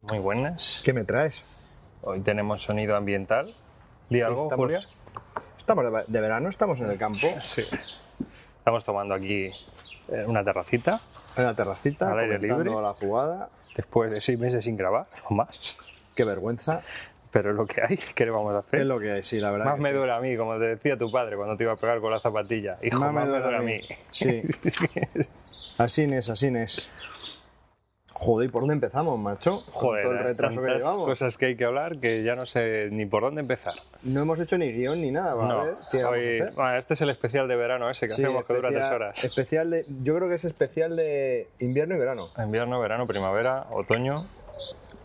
Muy buenas. ¿Qué me traes? Hoy tenemos sonido ambiental. Di algo, Estamos- Julia. Estamos de ve- de verano, estamos en el campo, Sí. Estamos tomando aquí eh, una terracita. en la terracita, Al aire comentando libre. la jugada. Después de seis meses sin grabar, o más. Qué vergüenza. Pero es lo que hay, ¿qué le vamos a hacer? Es lo que hay, sí, la verdad. ¿Eh? Más que me sí. duele a mí, como te decía tu padre cuando te iba a pegar con la zapatilla. Hijo, más, me duele a mí. Sí. Así es, así es. Joder, ¿y por dónde empezamos, macho? Con Joder, todo el hay retraso que tantas llevamos. cosas que hay que hablar que ya no sé ni por dónde empezar. No hemos hecho ni guión ni nada, ¿vale? no, ¿Qué vamos a hoy- hacer? bueno, este es el especial de verano ese que Sí, hacemos que dura tres especial- horas. Especial de, yo creo que es especial de invierno y verano. Invierno, verano, primavera, otoño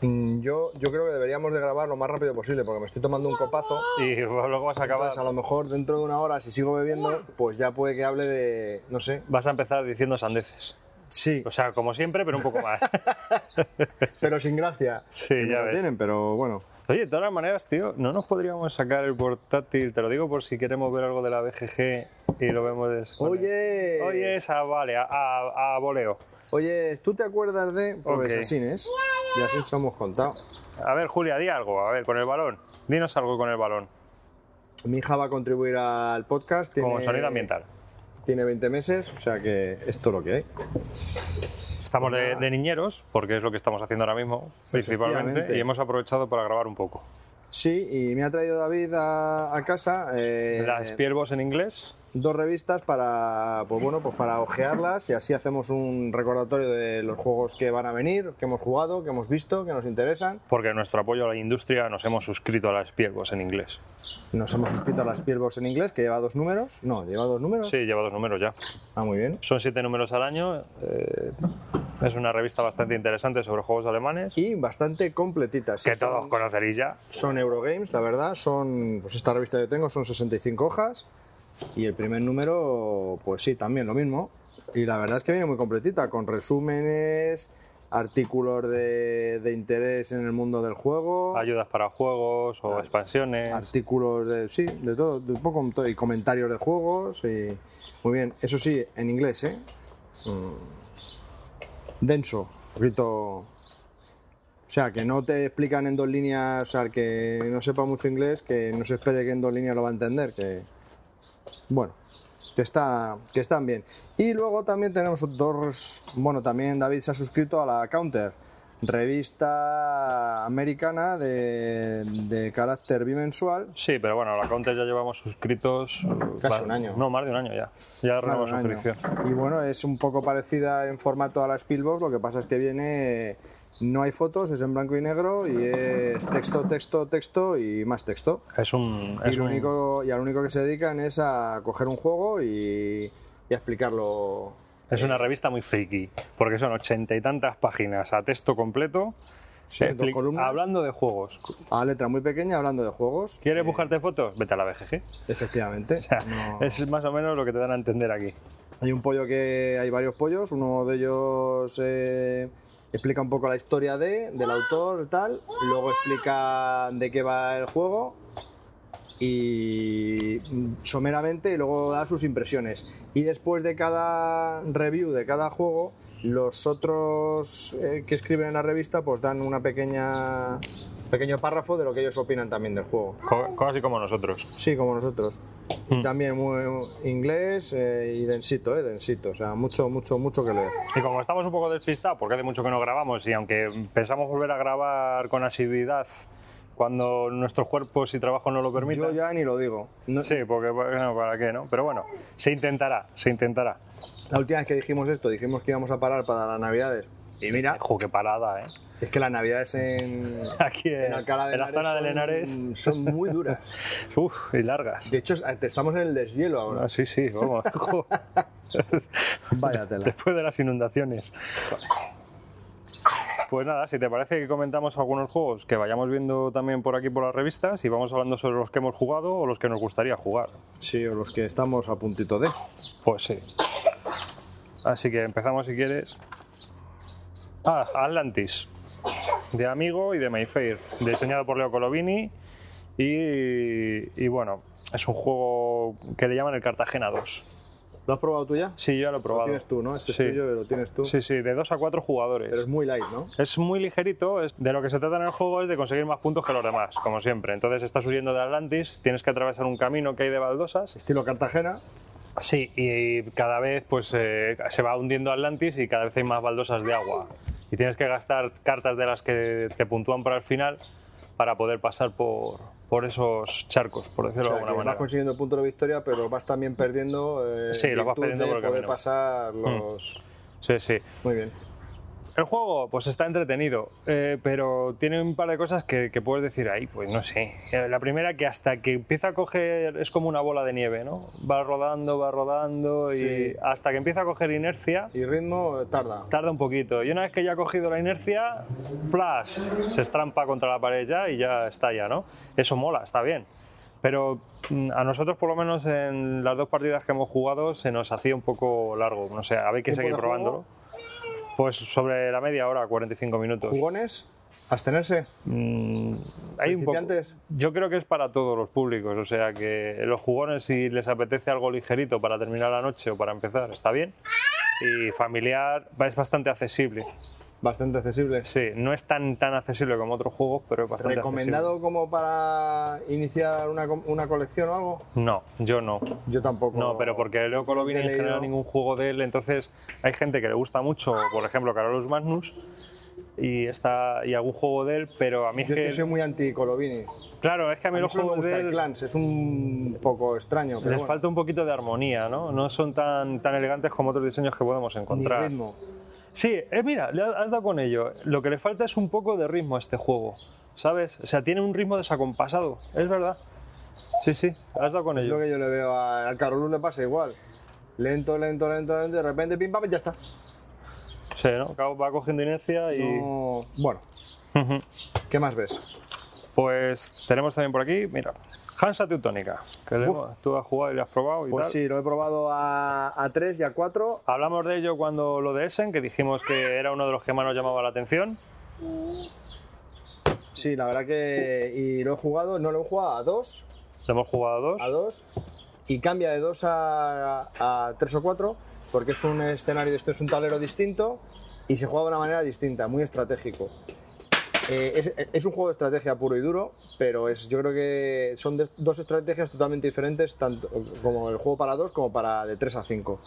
Mm, Yo, yo creo que deberíamos de grabar lo más rápido posible porque me estoy tomando un copazo. y luego vas a acabar. Entonces, a lo mejor dentro de una hora, si sigo bebiendo, pues ya puede que hable de, no sé, Vas a empezar diciendo sandeces. sí, O sea, como siempre, pero un poco más. pero sin gracia. Sí, Que me ya la ves. tienen, pero bueno. Oye, de todas maneras, tío, no nos podríamos sacar el portátil. Te lo digo por si queremos ver algo de la BGG y lo vemos después. Oye, Oye, esa vale, a, a, a voleo. oye, ¿tú te acuerdas de? Pues Ok. así es. Y así os hemos contado. A ver, Julia, di algo. A ver, con el balón. Dinos algo con el balón. Mi hija va a contribuir al podcast. Tiene, Como sonido ambiental. Tiene 20 meses, o sea que es todo lo que hay. Estamos de, nada. de niñeros, porque es lo que estamos haciendo ahora mismo, principalmente, Efectivamente. y hemos aprovechado para grabar un poco. Sí, y me ha traído David a, a casa eh, Las piervos en inglés. dos revistas para, pues bueno, pues para ojearlas y así hacemos un recordatorio de los juegos que van a venir, que hemos jugado, que hemos visto, que nos interesan. Porque nuestro apoyo a la industria nos hemos suscrito a las piervos en inglés. Nos hemos suscrito a las Pierbox en inglés, que lleva dos números. No, lleva dos números. Sí, lleva dos números ya. Ah, muy bien. Son siete números al año. eh, es una revista bastante interesante sobre juegos alemanes Y bastante completitas. que son, todos conoceréis ya. son Eurogames, la verdad. Son, pues esta revista que tengo son 65 hojas. Y el primer número, pues sí, también lo mismo. Y la verdad es que viene muy completita, con resúmenes, artículos de, de interés en el mundo del juego. Ayudas para juegos o Ah, expansiones. artículos de sí de todo de un poco un to- y comentarios de juegos y muy bien eso sí en inglés eh Mm. denso un poquito o sea que no te explican en dos líneas o sea el que no sepa mucho inglés que no se espere que en dos líneas lo va a entender que bueno que, está, que están bien. Y luego también tenemos dos. Bueno, también David se ha suscrito a la Counter, revista americana de, de carácter bimensual. Sí, pero bueno, la Counter ya llevamos suscritos. eh, Casi va- un año. No, más de un año ya. Ya Claro, renovamos un año. suscripción. Y bueno, es un poco parecida en formato a la Spielbox, lo que pasa es que viene. No hay fotos, es en blanco y negro y es texto, texto, texto y más texto. Es un. y, Es lo un- único, y al único que se dedican es a coger un juego y, y a explicarlo. Es una revista muy freaky, porque son ochenta y tantas páginas a texto completo, Sí, dos expli- columnas. hablando de juegos. a letra muy pequeña hablando de juegos. ¿Quieres Eh, buscarte fotos? Vete a la BGG. Efectivamente. no- Es más o menos lo que te dan a entender aquí. Hay un pollo que hay varios pollos. Uno de ellos eh, explica un poco la historia de, del autor, tal. Luego explica de qué va el juego. Y mm, someramente, y luego da sus impresiones. Y después de cada review de cada juego, los otros eh, que escriben en la revista, pues dan una pequeña pequeño párrafo de lo que ellos opinan también del juego. Co- Casi como nosotros. Sí, como nosotros. Y Mm. también muy inglés eh, y densito, eh, densito. O sea, mucho, mucho, mucho que leer. Y como estamos un poco despistados, porque hace mucho que no grabamos, y aunque pensamos volver a grabar con asiduidad cuando nuestros cuerpos y trabajo no lo Yo permitan. ya ni lo digo. No- Sí, porque bueno, para qué, ¿no? Pero bueno, se intentará, se intentará. La última vez que dijimos esto, dijimos que íbamos a parar para las navidades. Y mira, Ojo, qué parada, ¿eh? es que las navidades en, Aquí en, en Alcalá de en la Henares zona son, del Henares, son muy duras. uff, y largas. De hecho, estamos en el deshielo ahora. Ah, sí, sí, vamos. jo. Vaya tela. después de las inundaciones. Pues nada, si te parece que comentamos algunos juegos que vayamos viendo también por aquí por las revistas y vamos hablando sobre los que hemos jugado o los que nos gustaría jugar. Sí, o los que estamos a puntito de. Pues sí. Así que empezamos si quieres. Ah, Atlantis. De Amigo y de Mayfair. Diseñado por Leo Colovini. Y, y bueno, es un juego que le llaman el Cartagena 2. ¿Lo has probado tú ya? Sí, yo ya lo he Lo probado. tienes tú, ¿no? Este Sí. es tuyo, lo tienes tú. Sí, sí, de 2 a 4 jugadores. Pero es muy light, ¿no? Es muy ligerito, es- de lo que se trata en el juego es de conseguir más puntos que los demás, como siempre. Entonces estás huyendo de Atlantis, tienes que atravesar un camino que hay de baldosas. Estilo Cartagena. Sí, y cada vez pues eh, se va hundiendo Atlantis y cada vez hay más baldosas de agua. Y tienes que gastar cartas de las que te puntúan para el final para poder pasar por, por esos charcos, por O decirlo sea, de que alguna vas manera. consiguiendo puntos de victoria, pero vas también perdiendo. Eh, Sí, los vas virtud perdiendo Hmm. de por el poder camino. pasar los. Sí, sí. Muy bien. El juego, pues está entretenido, eh, pero tiene un par de cosas que, que puedes decir ahí, pues no sé. Eh, La primera que hasta que empieza a coger, es como una bola de nieve, ¿no? Va rodando, va rodando Sí. y hasta que empieza a coger inercia, Y ritmo eh, tarda. tarda un poquito. Y una vez que ya ha cogido la inercia, ¡plas! Se estrampa contra la pared ya y ya está ya, ¿no? Eso mola, está bien. Pero mm, a nosotros, por lo menos en las dos partidas que hemos jugado, se nos hacía un poco largo. No sé, había que ¿Tiempo seguir de probándolo. juego? Pues sobre la media hora, 45 minutos. ¿Jugones? ¿Abstenerse? Mm, hay un poco. ¿Principiantes? Yo creo que es para todos los públicos, o sea que los jugones si les apetece algo ligerito para terminar la noche o para empezar, está bien. Y familiar va- es bastante accesible. Bastante accesibles. Sí, no es tan tan accesible como otros juegos, pero es bastante ¿Recomendado como para iniciar una, co- una colección o algo? accesible. No, yo no. Yo tampoco. No, pero porque Leo he Colovini en general leído. ningún juego de él, entonces hay gente que le gusta mucho, por ejemplo, Carolus Magnus y está y algún juego de él, pero a mí es Yo es que, que soy muy anti Colovini. claro, es que a mí A mí los solo me juegos gusta de el él Clans, es un poco extraño. Pero Les bueno. falta un poquito de armonía, ¿no? No son tan, tan elegantes como otros diseños que podemos Ni encontrar. ritmo. Sí, eh, mira, le has has dado con ello. Lo que le falta es un poco de ritmo a este juego, ¿sabes? O sea, tiene un ritmo desacompasado, es verdad. Sí, sí, has dado con Es lo ello. que yo le veo a- al Carolus le pasa igual. Lento, lento, lento, lento, de repente pim pam y ya está. Sí, ¿no? Acabo- Va cogiendo inercia y... No- Bueno, Ujú. ¿qué más ves? Pues tenemos también por aquí, mira, Hansa Teutónica, que le hemos- tú has jugado y lo has probado y Pues tal. sí, lo he probado a, a 3 y a 4. Hablamos de ello cuando lo de Essen, que dijimos que era uno de los que más nos llamaba la atención. Sí, la verdad que. Y lo he jugado, no lo he jugado a 2. Lo hemos jugado dos. a 2 y cambia de 2 a 3 o 4 porque es un escenario, esto es un tablero distinto y se juega de una manera distinta, muy estratégico. Eh, es, es un juego de estrategia puro y duro, pero es, yo creo que son de- dos estrategias totalmente diferentes, tanto como el juego para 2 como para de 3 a 5.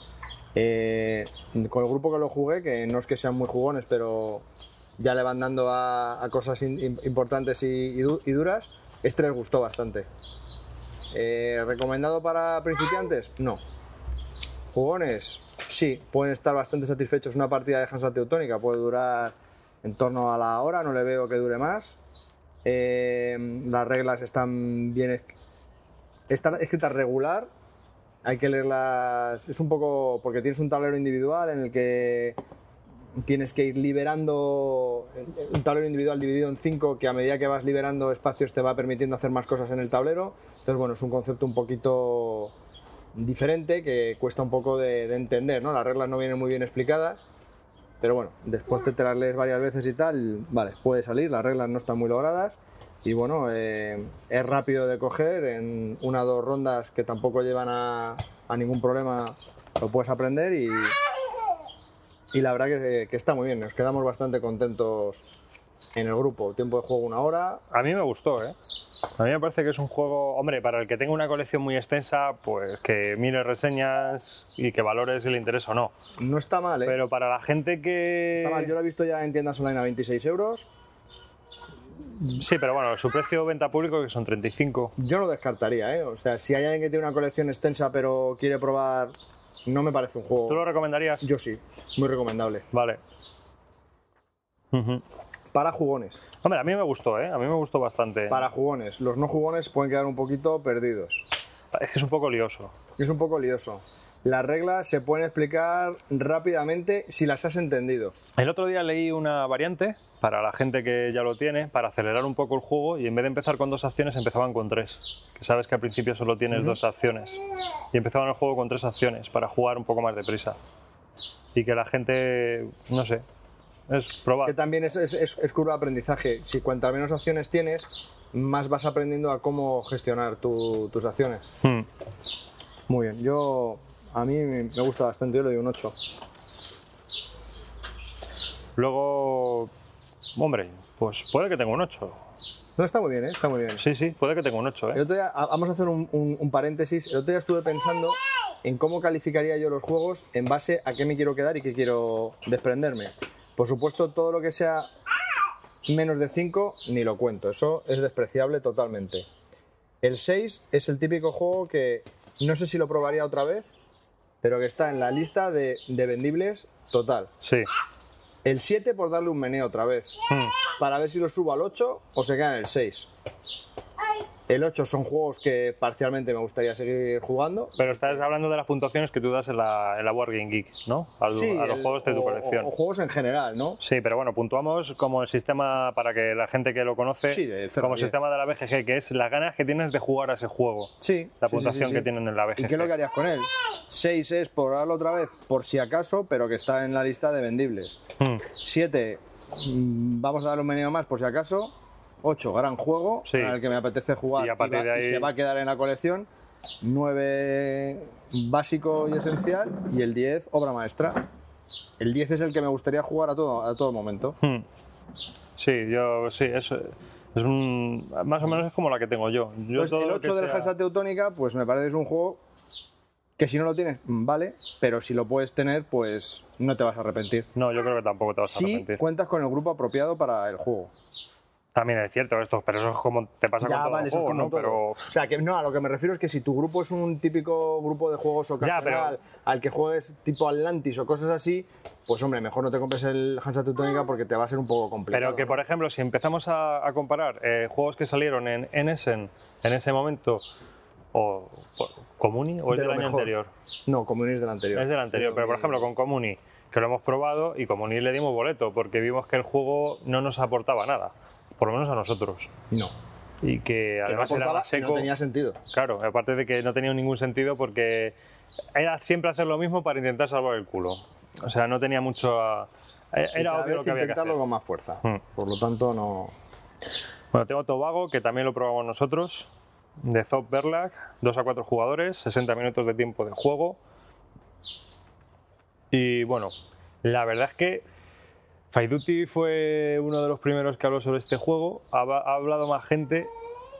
Eh, con el grupo que lo jugué, que no es que sean muy jugones, pero ya le van dando a, a cosas in- importantes y, y du- y duras, este les gustó bastante. Eh, ¿Recomendado para principiantes? No. ¿Jugones? Sí, pueden estar bastante satisfechos. Una partida de Hansa Teutónica puede durar en torno a la hora, no le veo que dure más. Eh, las reglas están bien es- están escritas regular. Hay que leerlas. Es un poco. porque tienes un tablero individual en el que tienes que ir liberando un tablero individual dividido en cinco que a medida que vas liberando espacios te va permitiendo hacer más cosas en el tablero. Entonces, bueno, es un concepto un poquito diferente que cuesta un poco de, de entender, ¿no? Las reglas no vienen muy bien explicadas, pero bueno, después de te las lees varias veces y tal, vale, puede salir, las reglas no están muy logradas y bueno, eh, es rápido de coger, en una o dos rondas que tampoco llevan a, a ningún problema lo puedes aprender y, y la verdad que, que está muy bien, nos quedamos bastante contentos en el grupo. Tiempo de juego una hora. A mí me gustó, ¿eh? A mí me parece que es un juego, hombre, para el que tenga una colección muy extensa, pues que mire reseñas y que valore si le interesa o no. No está mal, ¿eh? Pero para la gente que... Está mal, yo lo he visto ya en tiendas online a 26 euros. Sí, pero bueno, su precio de venta público que son 35. Yo no lo descartaría, ¿eh? O sea, si hay alguien que tiene una colección extensa pero quiere probar, no me parece un ¿Tú lo juego. recomendarías? Yo sí, muy recomendable. Vale. Ujú. Para jugones, Hombre, a mí me gustó, ¿eh? A mí me gustó bastante. para jugones. Los no jugones pueden quedar un poquito perdidos. Es que es un poco lioso. Es un poco lioso. Las reglas se pueden explicar rápidamente si las has entendido. El otro día leí una variante para la gente que ya lo tiene, para acelerar un poco el juego y en vez de empezar con dos acciones empezaban con tres. Que sabes que al principio solo tienes dos acciones. Y empezaban el juego con tres acciones para jugar un poco más deprisa. Y que la gente, no sé, es Que probar. también es, es- es- es curva de aprendizaje. Si cuantas menos acciones tienes, más vas aprendiendo a cómo gestionar tu- tus acciones. Hmm. Muy bien, yo A mí me me gusta bastante, yo le doy un 8. Luego, hombre, pues puede que tenga un 8. No, está muy bien, ¿eh? Está muy bien. Sí, sí, puede que tenga un 8, El ¿eh? otro día- a- vamos a hacer un, un- un paréntesis. El otro día estuve pensando en cómo calificaría yo los juegos en base a qué me quiero quedar y qué quiero desprenderme. Por supuesto, todo lo que sea menos de 5 ni lo cuento. Eso es despreciable totalmente. El 6 es el típico juego que no sé si lo probaría otra vez, pero que está en la lista de, de vendibles total. Sí. El 7 por darle un meneo otra vez Mm. para ver si lo subo al 8 o se queda en el 6. El 8 son juegos que parcialmente me gustaría seguir jugando. Pero estás hablando de las puntuaciones que tú das en la, en la Wargame Geek, ¿no? Al- a los el- juegos de tu o- colección. O, o juegos en general, ¿no? Sí, pero bueno, puntuamos como el sistema, para que la gente que lo conoce, Sí, de cero a como el diez. sistema de la BGG, que es las ganas que tienes de jugar a ese juego. Sí. La sí, sí, puntuación sí, sí. que tienen en la BGG. ¿Y qué es lo que harías con él? 6 es por darlo otra vez, por si acaso, pero que está en la lista de vendibles. Mm, 7, mm, vamos a darle un meneo más por si acaso. 8, gran juego, Sí. al que me apetece jugar Y a partir va- de ahí- se va a quedar en la colección. 9, básico y esencial. Y el 10, obra maestra. El 10 es el que me gustaría jugar a todo, a todo momento. mm. Sí, yo sí, eso es un, más o menos es como la que tengo yo. yo Entonces, todo Pues el lo 8 que del sea- Hansa Teutónica, pues me parece que es un juego que si no lo tienes, mm, vale, pero si lo puedes tener, pues no te vas a arrepentir. No, yo creo que tampoco te vas a Si arrepentir. cuentas con el grupo apropiado para el juego. También es cierto esto, pero eso es como te pasa con Ya, todo vale, el eso es juego, como ¿no? todo. Pero O sea, que no, a lo que me refiero es que si tu grupo es un típico grupo de juegos ocasional, al que juegues tipo Atlantis o cosas así, pues hombre, mejor no te compres el Hansa Teutónica porque te va a ser un poco complicado. Pero que, ¿no? por ejemplo, si empezamos a, a comparar eh, juegos que salieron en, en Essen en ese momento, o por- Comuni, o es del De lo año mejor. anterior. No, Communis del anterior. Es del anterior, De pero por 2000. ejemplo, con Comuni, que lo hemos probado y Comuni le dimos boleto, porque vimos que el juego no nos aportaba nada, por lo menos a nosotros. No, Y que que no además era aportaba más y seco. no tenía sentido. Claro, aparte de que no tenía ningún sentido porque era siempre hacer lo mismo para intentar salvar el culo. O sea, no tenía mucho. a- e- Y Era cada obvio vez lo que había que intentarlo hacer. con más fuerza. Mm. Por lo tanto, no... Bueno, tengo Tobago, que también lo probamos nosotros, de Zop Berlag, 2 a 4 jugadores, 60 minutos de tiempo de juego. Y bueno, la verdad es que Faiduti fue uno de los primeros que habló sobre este juego, ha, ha hablado más gente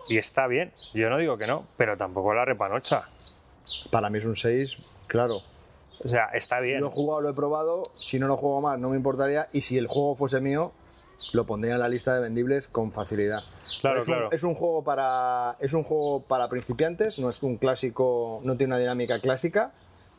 y está bien, yo no digo que no, pero tampoco la repanocha. Para mí es un 6, claro. O sea, está bien. Lo he jugado, lo he probado, si no lo juego más no me importaría y si el juego fuese mío, lo pondría en la lista de vendibles con facilidad. Claro, es un, claro. es un juego para es un juego para principiantes, no es un clásico, no tiene una dinámica clásica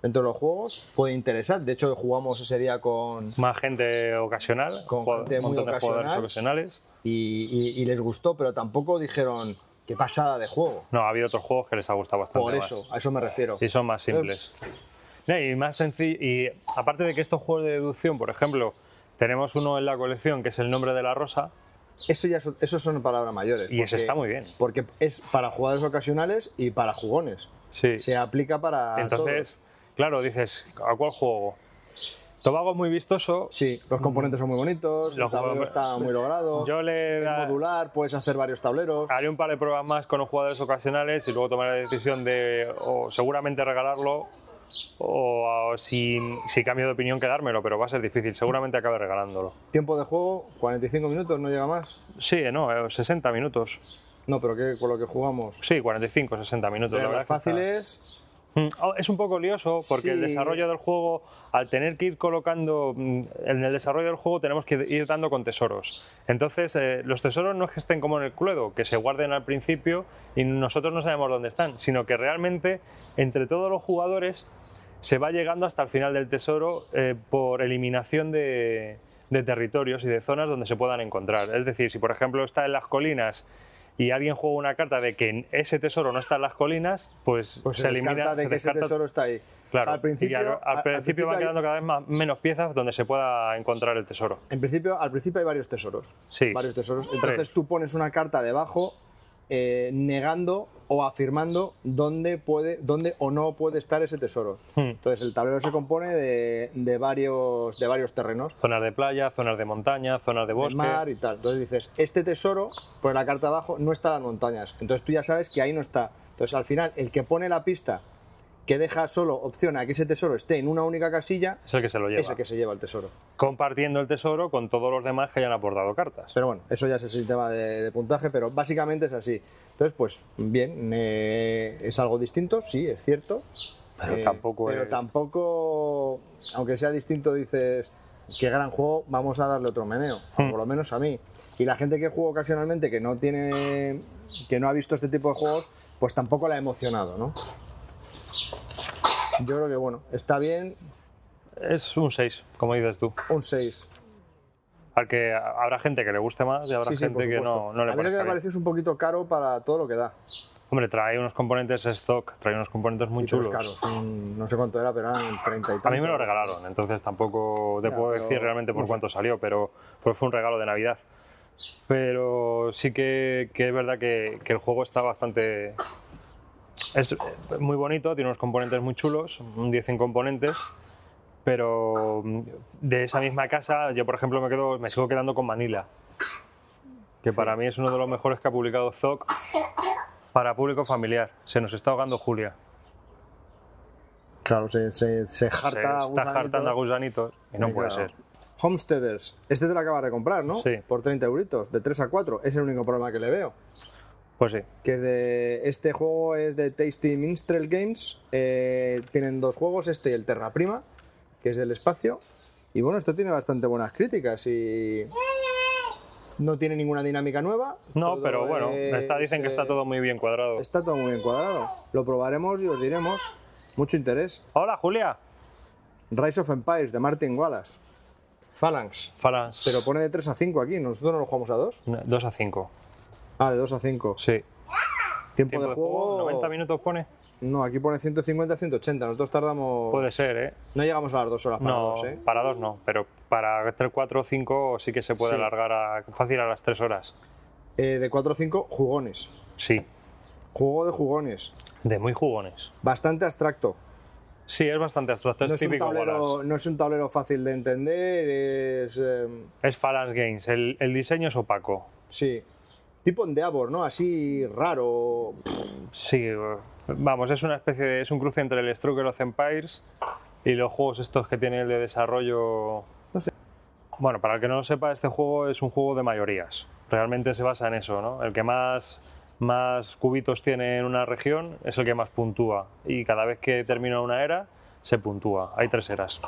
dentro de los juegos. Puede interesar. De hecho, jugamos ese día con Más gente ocasional, Con jugado- gente un muy montón de jugadores ocasional. ocasionales. y, y- y les gustó, pero tampoco dijeron qué pasada de juego. No, ha habido otros juegos que les ha gustado bastante. Por más. eso, a eso me refiero. Y son más simples. No, y más sencillo. Y aparte de que estos juegos de deducción, por ejemplo, tenemos uno en la colección que es el nombre de la rosa Eso ya son, eso son palabras mayores. y ese está muy bien. Porque es para jugadores ocasionales y para jugones. Sí. Se aplica para Entonces, claro, dices, ¿a cuál juego? Tobago es muy vistoso. todos. Sí, los componentes son muy bonitos, mm, Los el tablero jugadores- está muy logrado, Yo Ah. le es da- modular, puedes hacer varios tableros. haré un par de pruebas más con los jugadores ocasionales y luego tomaré la decisión de o seguramente regalarlo o, o si, si cambio de opinión quedármelo, pero va a ser difícil. Seguramente acabe regalándolo. Tiempo de juego, 45 minutos, no llega más. Sí, no, eh, 60 minutos. No, pero ¿qué, con lo que jugamos. Sí, 45, 60 minutos. la Reglas verdad es que está- fáciles. Mm, oh, Es un poco lioso porque el Sí. desarrollo del juego, al tener que ir colocando, mm, en el desarrollo del juego tenemos que ir dando con tesoros. Entonces, eh, los tesoros no es que estén como en el Cluedo, que se guarden al principio y nosotros no sabemos dónde están, sino que realmente entre todos los jugadores se va llegando hasta el final del tesoro eh, por eliminación de, de territorios y de zonas donde se puedan encontrar. Es decir, si por ejemplo está en las colinas y alguien juega una carta de que ese tesoro no está en las colinas, pues, Pues se, se elimina, descarta de se que ese descarta- tesoro está ahí. Claro, al principio, y al, al a- al principio principio van hay- quedando cada vez más, menos piezas donde se pueda encontrar el tesoro. En principio, al principio hay varios tesoros. Sí. Varios tesoros. Entonces Tres. tú pones una carta debajo eh, negando o afirmando dónde puede, dónde o no puede estar ese tesoro. Hmm. Entonces el tablero se compone de, de varios, de varios terrenos. Zonas de playa, zonas de montaña, zonas de de bosque. mar y tal. Entonces dices, este tesoro, por la carta abajo, no está en las montañas. Entonces tú ya sabes que ahí no está. Entonces al final, el que pone la pista que deja solo opción a que ese tesoro esté en una única casilla, Es el que se lo es lleva. el que se lleva el tesoro. Compartiendo el tesoro con todos los demás que hayan aportado cartas. Pero bueno, eso ya es el sistema de, de puntaje, pero básicamente es así. Entonces, pues bien, eh, es algo distinto, sí, es cierto. Pero Eh, tampoco Pero es- tampoco, aunque sea distinto, dices, qué gran juego, vamos a darle otro meneo, o Hmm. por lo menos a mí. Y la gente que juega ocasionalmente, que no tiene, que no ha visto este tipo de juegos, pues tampoco la ha emocionado, ¿no? Yo creo que bueno, está bien Es un 6, como dices tú. un 6. Al que habrá gente que le guste más y habrá Sí, sí, por gente que no, supuesto. no le a mí lo que parezca me bien. parece es un poquito caro para todo lo que da. Hombre, trae unos componentes stock, trae unos componentes muy Y todos chulos. caros, un- no sé cuánto era, pero eran 30 y A mí me lo tanto. regalaron, entonces tampoco te Ya, puedo pero decir realmente por no sé. cuánto salió, pero pues fue un regalo de Navidad. Pero sí que, que es verdad que, que el juego está bastante... Es muy bonito, tiene unos componentes muy chulos, un 10 en componentes, pero mm, de esa misma casa yo, por ejemplo, me, quedo, me sigo quedando con Manila, que para mí es uno de los mejores que ha publicado Zoc para público familiar. Se nos está ahogando Julia. Claro, se, se, se jarta. Se está gusanito. hartando a gusanitos y no Sí, puede claro. ser. Homesteaders, este te lo acabas de comprar, ¿no? Sí. Por 30 euritos, de 3 a 4. Es el único problema que le veo. Pues sí. Que es de, este juego es de Tasty Minstrel Games. eh, tienen dos juegos, este y el Terra Prima, que es del espacio. Y bueno, esto tiene bastante buenas críticas y. No tiene ninguna dinámica nueva. No, Todo pero bueno, está, es, dicen que está eh, todo muy bien cuadrado. Está todo muy bien cuadrado. Lo probaremos y os diremos. Mucho interés. Hola, Julia. Rise of Empires de Martin Wallace. Phalanx. Falas. Pero pone de 3 a 5 aquí. Nosotros no lo jugamos a 2. 2 a 5. Ah, de 2 a 5. Sí. Tiempo, Tiempo de juego. 90 minutos pone. No, aquí pone 150 180. Nosotros tardamos. Puede ser, ¿eh? No llegamos a las 2 horas para no, dos, ¿eh? para dos no, pero para 3, 4 o 5 sí que se puede Sí. alargar a- fácil a las 3 horas. Eh, De 4 a 5, jugones. Sí, Juego de jugones. de muy jugones. Bastante abstracto. Sí, es bastante abstracto, es No es, un típico Wallace. tablero, no es un tablero fácil de entender. Es. eh, Es Falas Games, el, el diseño es opaco. sí. Tipo Endeavor, ¿no? Así raro. Sí, eh, vamos, es una especie de, es un cruce entre el Strucker of Empires y los juegos estos que tiene el de desarrollo. No sé. Bueno, para el que no lo sepa, este juego es un juego de mayorías. Realmente se basa en eso, ¿no? El que más más cubitos tiene en una región es el que más puntúa y cada vez que termina una era se puntúa. Hay tres eras.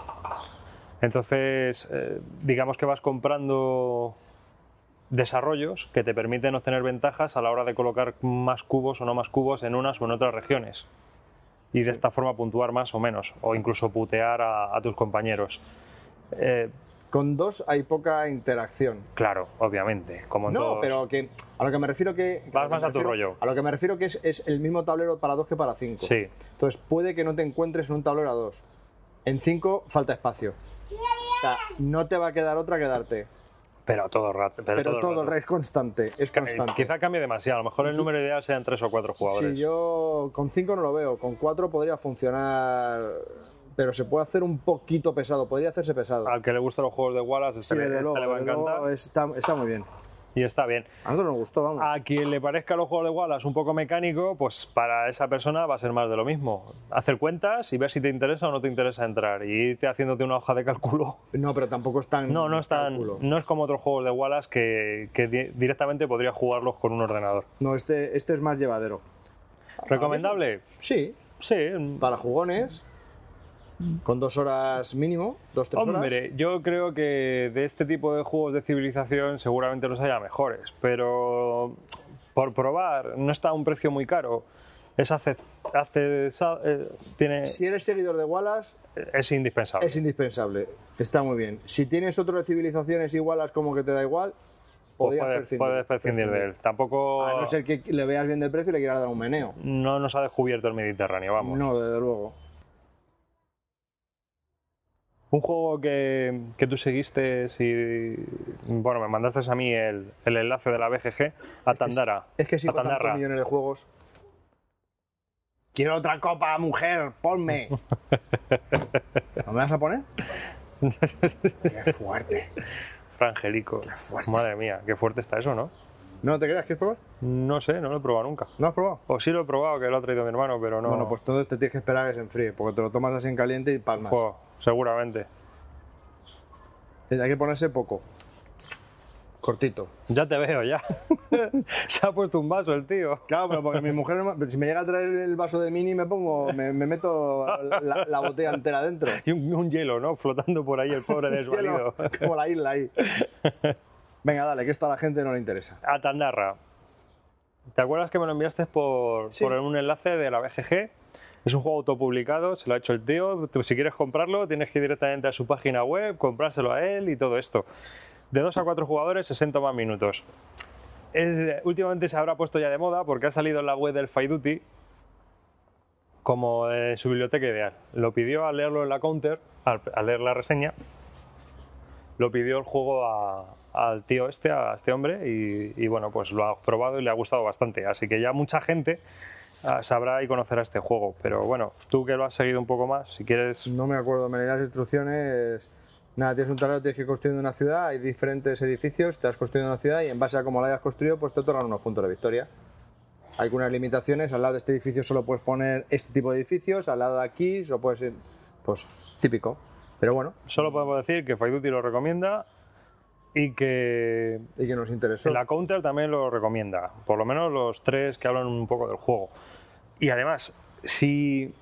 Entonces, eh, digamos que vas comprando desarrollos que te permiten obtener ventajas a la hora de colocar más cubos o no más cubos en unas o en otras regiones. Y de esta forma puntuar más o menos, o incluso putear a, a tus compañeros. Eh, Con dos hay poca interacción. claro, obviamente, como en No, todos. pero que a lo que me refiero que... que Vas lo que más me a tu refiero- rollo. A lo que me refiero que es, es el mismo tablero para 2 que para 5. Sí, Entonces puede que no te encuentres en un tablero a 2. En 5 falta espacio. O sea, no te va a quedar otra que darte. pero todo el rato. Pero, Pero, todo el todo el rato. rey es constante, es Ca- constante. Quizá cambie demasiado. A lo mejor el número ideal sean tres o cuatro jugadores. Sí, yo con 5 no lo veo, con 4 podría funcionar, pero se puede hacer un poquito pesado, podría hacerse pesado. Al que le gustan los juegos de Wallace, este, Sí, le- desde este luego, le va a desde luego eh. encantar. está, está muy bien. Y está bien. A nosotros nos gustó, vamos. A quien le parezca los juegos de Wallace un poco mecánico, pues para esa persona va a ser más de lo mismo. Hacer cuentas y ver si te interesa o no te interesa entrar. Y irte haciéndote una hoja de cálculo. No, pero tampoco es tan... No, no es, tan- cálculo. no es como otros juegos de Wallace que, que di- directamente podría jugarlos con un ordenador. No, este, este es más llevadero. ¿Recomendable? Sí, Sí. para jugones, con dos horas mínimo, dos, tres horas. Hombre, yo creo que de este tipo de juegos de civilización seguramente los haya mejores, pero por probar no está a un precio muy caro. Es acep- accesa- eh, tiene, Si eres seguidor de Wallace, es indispensable. es indispensable. Está muy bien. Si tienes otro de civilizaciones y Wallace como que te da igual, Pues podrías puedes, puedes prescindir de él. Tampoco A no ser que le veas bien de precio y le quieras dar un meneo. no nos ha descubierto el Mediterráneo, vamos. No, desde luego. Un juego que, que tú seguiste y bueno, me mandaste a mí el, el enlace de la BGG a Tandara. Es que si a con tantos Tandarra. millones de juegos... Quiero otra copa, mujer, ponme. ¿No me vas a poner? Qué fuerte, Frangelico. qué fuerte. Madre mía, qué fuerte está eso, ¿no? ¿No te creas? ¿Quieres probar? No sé, no lo he probado nunca. ¿No has probado? O sí lo he probado, que lo ha traído mi hermano, pero no. Bueno, pues entonces te tienes que esperar a que se enfríe, porque te lo tomas así en caliente y palmas. Jo, Pues, seguramente. Eh, Hay que ponerse poco. Cortito. Ya te veo, ya. Se ha puesto un vaso el tío. Claro, pero porque mi mujer, no me- si me llega a traer el vaso de mini, me pongo, me, me meto la, la botella entera dentro. Y un, un hielo, ¿no? Flotando por ahí el pobre desvalido. Como la isla ahí. Venga, dale, que esto a la gente no le interesa. A Tandarra. ¿Te acuerdas que me lo enviaste por, Sí. por un enlace de la BGG? Es un juego autopublicado, se lo ha hecho el tío. Tú, si quieres comprarlo, tienes que ir directamente a su página web, comprárselo a él y todo esto. De 2 a 4 jugadores, 60 más minutos. Es- últimamente se habrá puesto ya de moda porque ha salido en la web del Faiduti como de su biblioteca ideal. Lo pidió al leerlo en la counter, al, al leer la reseña, lo pidió el juego a- al tío este, a este hombre, y, y bueno, pues lo ha probado y le ha gustado bastante. Así que ya mucha gente ah, sabrá y conocerá este juego. Pero bueno, tú que lo has seguido un poco más, si quieres... No me acuerdo, me leí las instrucciones. Nada, tienes un tablero, tienes que ir construyendo una ciudad, hay diferentes edificios, te has construido una ciudad y en base a cómo la hayas construido, pues te otorgan unos puntos de victoria. Hay algunas limitaciones, al lado de este edificio solo puedes poner este tipo de edificios, al lado de aquí solo puedes ir, pues típico. Pero bueno, Solo podemos decir que Faiduti lo recomienda y que y que nos interesó. La Counter también lo recomienda, por lo menos los tres que hablan un poco del juego. Y además, si,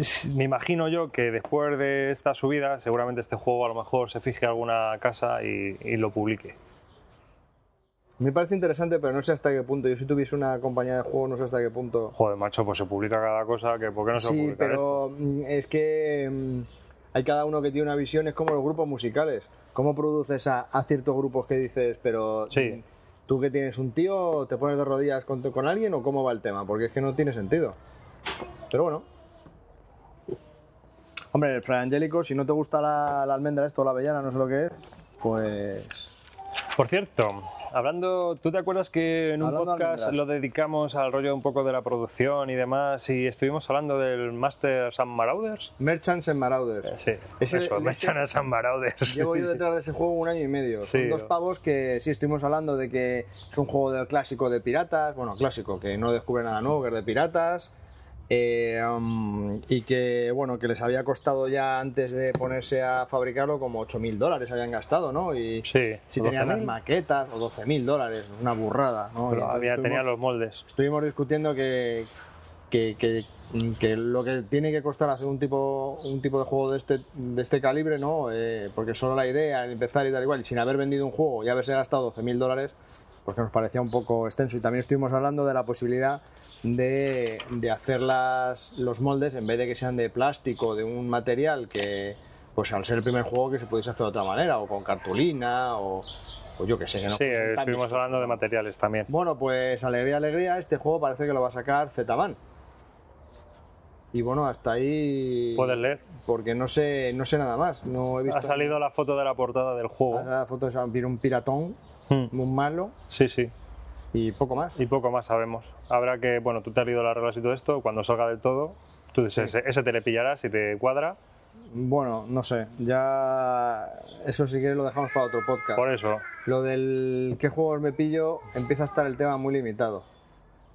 si- me imagino yo que después de esta subida, seguramente este juego a lo mejor se fije alguna casa y, y lo publique. Me parece interesante, pero no sé hasta qué punto. Yo si tuviese una compañía de juego, no sé hasta qué punto. Joder, macho, pues se publica cada cosa, que ¿por qué no se sí, publica esto? pero mm, es que mm, hay cada uno que tiene una visión, es como los grupos musicales. ¿Cómo produces a, a ciertos grupos que dices, pero Sí. mm, tú que tienes un tío, te pones de rodillas con, con alguien o cómo va el tema? Porque es que no tiene sentido. Pero bueno. Hombre, el Fray Angélico, si no te gusta la, la almendra esto o la avellana, no sé lo que es, pues... Por cierto, hablando, ¿tú te acuerdas que en un Hablando de podcast lo almendras. dedicamos al rollo un poco de la producción y demás y estuvimos hablando del Master Sam Marauders? Merchants and Marauders. Sí, Ese- eso, el- me ese- echan a Sam Marauders. Llevo yo detrás de ese juego un año y medio. Sí, Son dos ¿no? pavos que sí estuvimos hablando de que es un juego del clásico de piratas, bueno, clásico, que no descubre nada nuevo, que es de piratas. eh, um, y que bueno que les había costado ya antes de ponerse a fabricarlo como 8 mil dólares habían gastado no y Sí, si tenían las 12.000. maquetas o 12 mil dólares una burrada no Y Pero entonces había- tenía estuvimos- los moldes. estuvimos discutiendo que, que, que- que lo que tiene que costar hacer un tipo, un tipo de juego de este, de este calibre, ¿no? Eh, porque solo la idea, al empezar y tal igual, sin haber vendido un juego y haberse gastado 12.000 dólares, porque nos parecía un poco extenso. Y también estuvimos hablando de la posibilidad de, de hacer las, los moldes, en vez de que sean de plástico, de un material que, pues al ser el primer juego, que se pudiese hacer de otra manera, o con cartulina, o, o yo que sé, que no sí, fuesen tan estuvimos vistosos. hablando de materiales también. Bueno, pues alegría, alegría. Este juego parece que lo va a sacar Zetaban. Y bueno, hasta ahí. Puedes leer. Porque no sé, no sé nada más. No he visto. Ha salido la foto de la portada del juego. la foto de San Piro, un piratón, Hmm, un malo Sí, sí. y poco más. Y poco más sabemos. Habrá que, bueno, tú te has leído las reglas y todo esto. Cuando salga del todo, tú dices, ese, ese te le pillarás si te cuadra. Bueno, no sé. Ya. Eso si quieres lo dejamos para otro podcast. Por eso. Lo del qué juegos me pillo empieza a estar el tema muy limitado.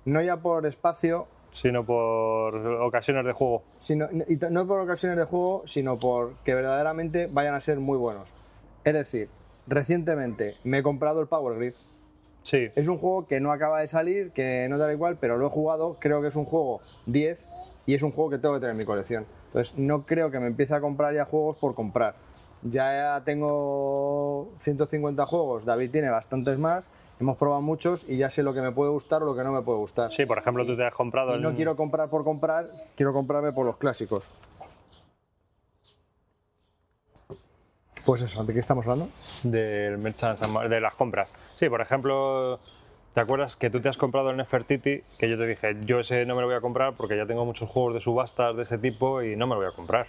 No ya por espacio, Sino por ocasiones de juego. sino, y t- no por ocasiones de juego, sino por que verdaderamente vayan a ser muy buenos. Es decir, recientemente me he comprado el Power Grid. Sí. Es un juego que no acaba de salir, que no da igual, pero lo he jugado, creo que es un juego 10 y es un juego que tengo que tener en mi colección. Entonces, no creo que me empiece a comprar ya juegos por comprar. Ya tengo 150 juegos, David tiene bastantes más, hemos probado muchos y ya sé lo que me puede gustar o lo que no me puede gustar. Sí, por ejemplo, tú te has comprado Y el... no quiero comprar por comprar, quiero comprarme por los clásicos. Pues eso, ¿de qué estamos hablando? del merchant and Mar- de las compras. Sí, por ejemplo, ¿te acuerdas que tú te has comprado el Nefertiti? Que yo te dije, yo ese no me lo voy a comprar porque ya tengo muchos juegos de subastas de ese tipo y no me lo voy a comprar.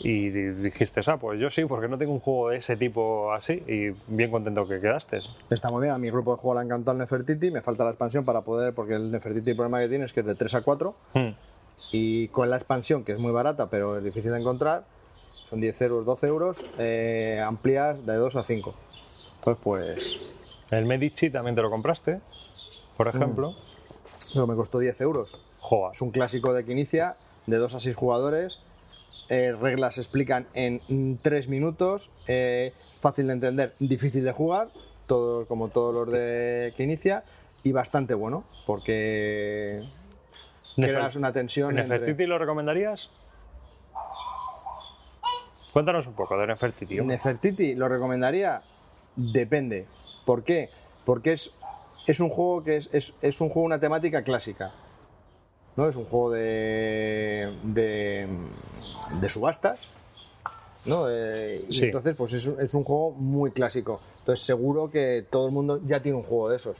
Y di- dijiste, ah, pues yo sí, porque no tengo un juego de ese tipo así y bien contento que quedaste. Está muy bien, a mi grupo de juego le ha encantado el Nefertiti, me falta la expansión para poder, porque el Nefertiti el problema que tiene es que es de 3 a 4 Hmm. y con la expansión, que es muy barata pero es difícil de encontrar, son 10 euros, 12 euros, eh, amplías de 2 a 5. Entonces, pues El Medici también te lo compraste, por ejemplo. Pero me costó 10 euros. Joa, Hmm. Es un clásico de que inicia, de 2 a 6 jugadores. eh, reglas se explican en 3 minutos. eh, fácil de entender, difícil de jugar, todo, como todos los de que inicia. Y bastante bueno, porque creas una tensión. entre- ¿Nefertiti lo recomendarías? Cuéntanos un poco de Nefertiti. hombre. Nefertiti, ¿lo recomendaría? Depende. ¿Por qué? Porque es, es un juego que es, es- es un juego, una temática clásica. ¿No? Es un juego de. de. de subastas. ¿No? Eh, y Sí. entonces, pues es, un- es un juego muy clásico. Entonces, seguro que todo el mundo ya tiene un juego de esos.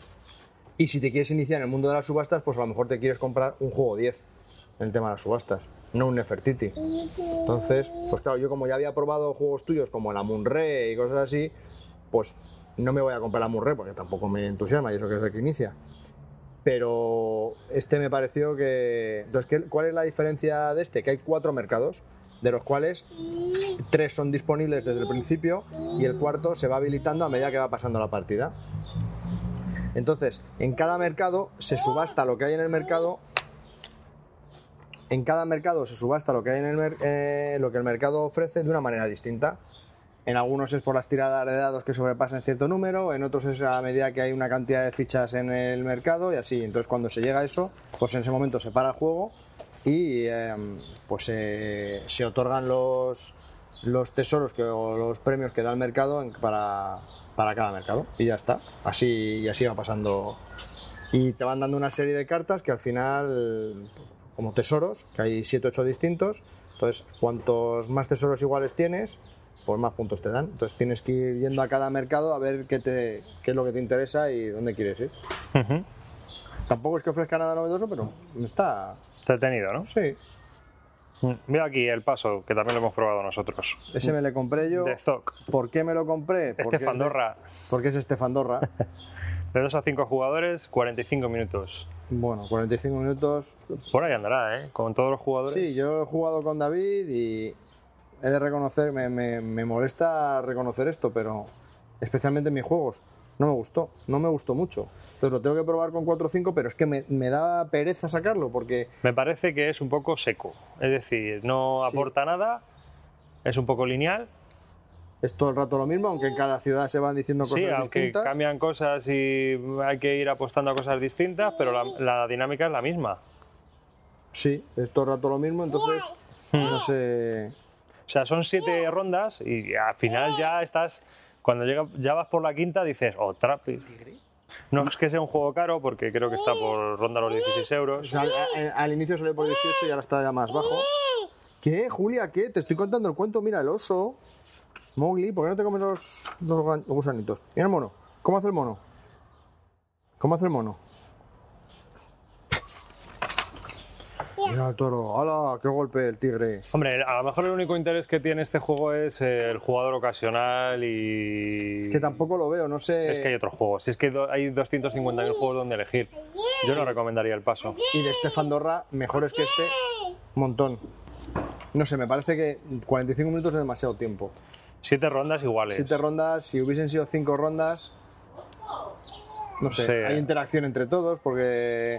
Y si te quieres iniciar en el mundo de las subastas, pues a lo mejor te quieres comprar un juego 10 en el tema de las subastas, no un Nefertiti. Entonces, pues claro, yo como ya había probado juegos tuyos como la Munre y cosas así, pues no me voy a comprar la Munre porque tampoco me entusiasma y eso que es el que inicia. Pero este me pareció que... Entonces, ¿qué- ¿cuál es la diferencia de este? Que hay cuatro mercados, de los cuales tres son disponibles desde el principio y el cuarto se va habilitando a medida que va pasando la partida. Entonces, en cada mercado se subasta lo que hay en el mercado. En cada mercado se subasta lo que hay en el mer- eh, lo que el mercado ofrece de una manera distinta. En algunos es por las tiradas de dados que sobrepasan cierto número, en otros es a medida que hay una cantidad de fichas en el mercado y así. Entonces, cuando se llega a eso, pues en ese momento se para el juego y eh, pues eh, se otorgan los, los tesoros que, o los premios que da el mercado en- para, para cada mercado y ya está. Así y así va pasando. Y te van dando una serie de cartas que al final, como tesoros, que hay 7 8 distintos, entonces cuantos más tesoros iguales tienes, pues más puntos te dan. Entonces tienes que ir yendo a cada mercado a ver qué, te, qué es lo que te interesa y dónde quieres ir. Ujú. Tampoco es que ofrezca nada novedoso, pero está... Entretenido, ¿no? Sí, Mm, Veo aquí el paso, que también lo hemos probado nosotros. ese me le compré yo. De stock. ¿Por qué me lo compré? Este Porque es de- Fandorra, porque es este Estefandorra. de 2 a 5 jugadores, 45 minutos. bueno, 45 minutos. Por ahí andará, ¿eh? Con todos los jugadores. Sí, yo he jugado con David y he de reconocer, me, me- me molesta reconocer esto, pero especialmente en mis juegos. No me gustó, no me gustó mucho. Entonces lo tengo que probar con 4 o 5, pero es que me, me da pereza sacarlo porque Me parece que es un poco seco. Es decir, no Sí. aporta nada, es un poco lineal. es todo el rato lo mismo, aunque en cada ciudad se van diciendo cosas Sí, aunque distintas. cambian cosas y hay que ir apostando a cosas distintas, pero la, la dinámica es la misma. Sí, es todo el rato lo mismo, entonces no sé. O sea, son siete rondas y al final ya estás, cuando llega, ya vas por la quinta, dices, otra. pi-". No es que sea un juego caro, porque creo que está por ronda los 16 O euros. sea, al, al inicio salió por 18 y ahora está ya más bajo. ¿Qué, Julia? ¿Qué? Te estoy contando el cuento. Mira, el oso. Mowgli, ¿por qué no te comes los, los gan- los gusanitos? Mira el mono. ¿Cómo hace el mono? ¿Cómo hace el mono? Mira el toro. ¡Hala! ¡Qué golpe el tigre! Hombre, a lo mejor el único interés que tiene este juego es eh, el jugador ocasional y... Es que tampoco lo veo, no sé. Es que hay otros juegos. Si es que do- hay 250.000 juegos donde elegir. Yo no recomendaría el paso. Y de Estefan Dorra, mejores que este, montón. No sé, me parece que 45 minutos es demasiado tiempo. Siete rondas iguales. siete rondas, si hubiesen sido cinco rondas, no sé, Sí. hay interacción entre todos porque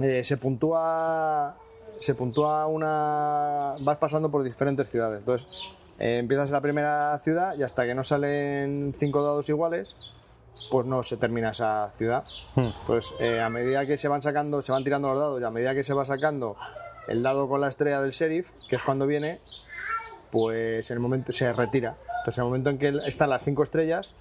eh, se puntúa, se puntúa una, vas pasando por diferentes ciudades, entonces eh, empiezas en la primera ciudad y hasta que no salen cinco dados iguales, pues no se termina esa ciudad. Hmm. Pues eh, a medida que se van sacando, se van tirando los dados y a medida que se va sacando el dado con la estrella del sheriff, que es cuando viene, pues en el momento se retira. Entonces en el momento en que están las cinco estrellas,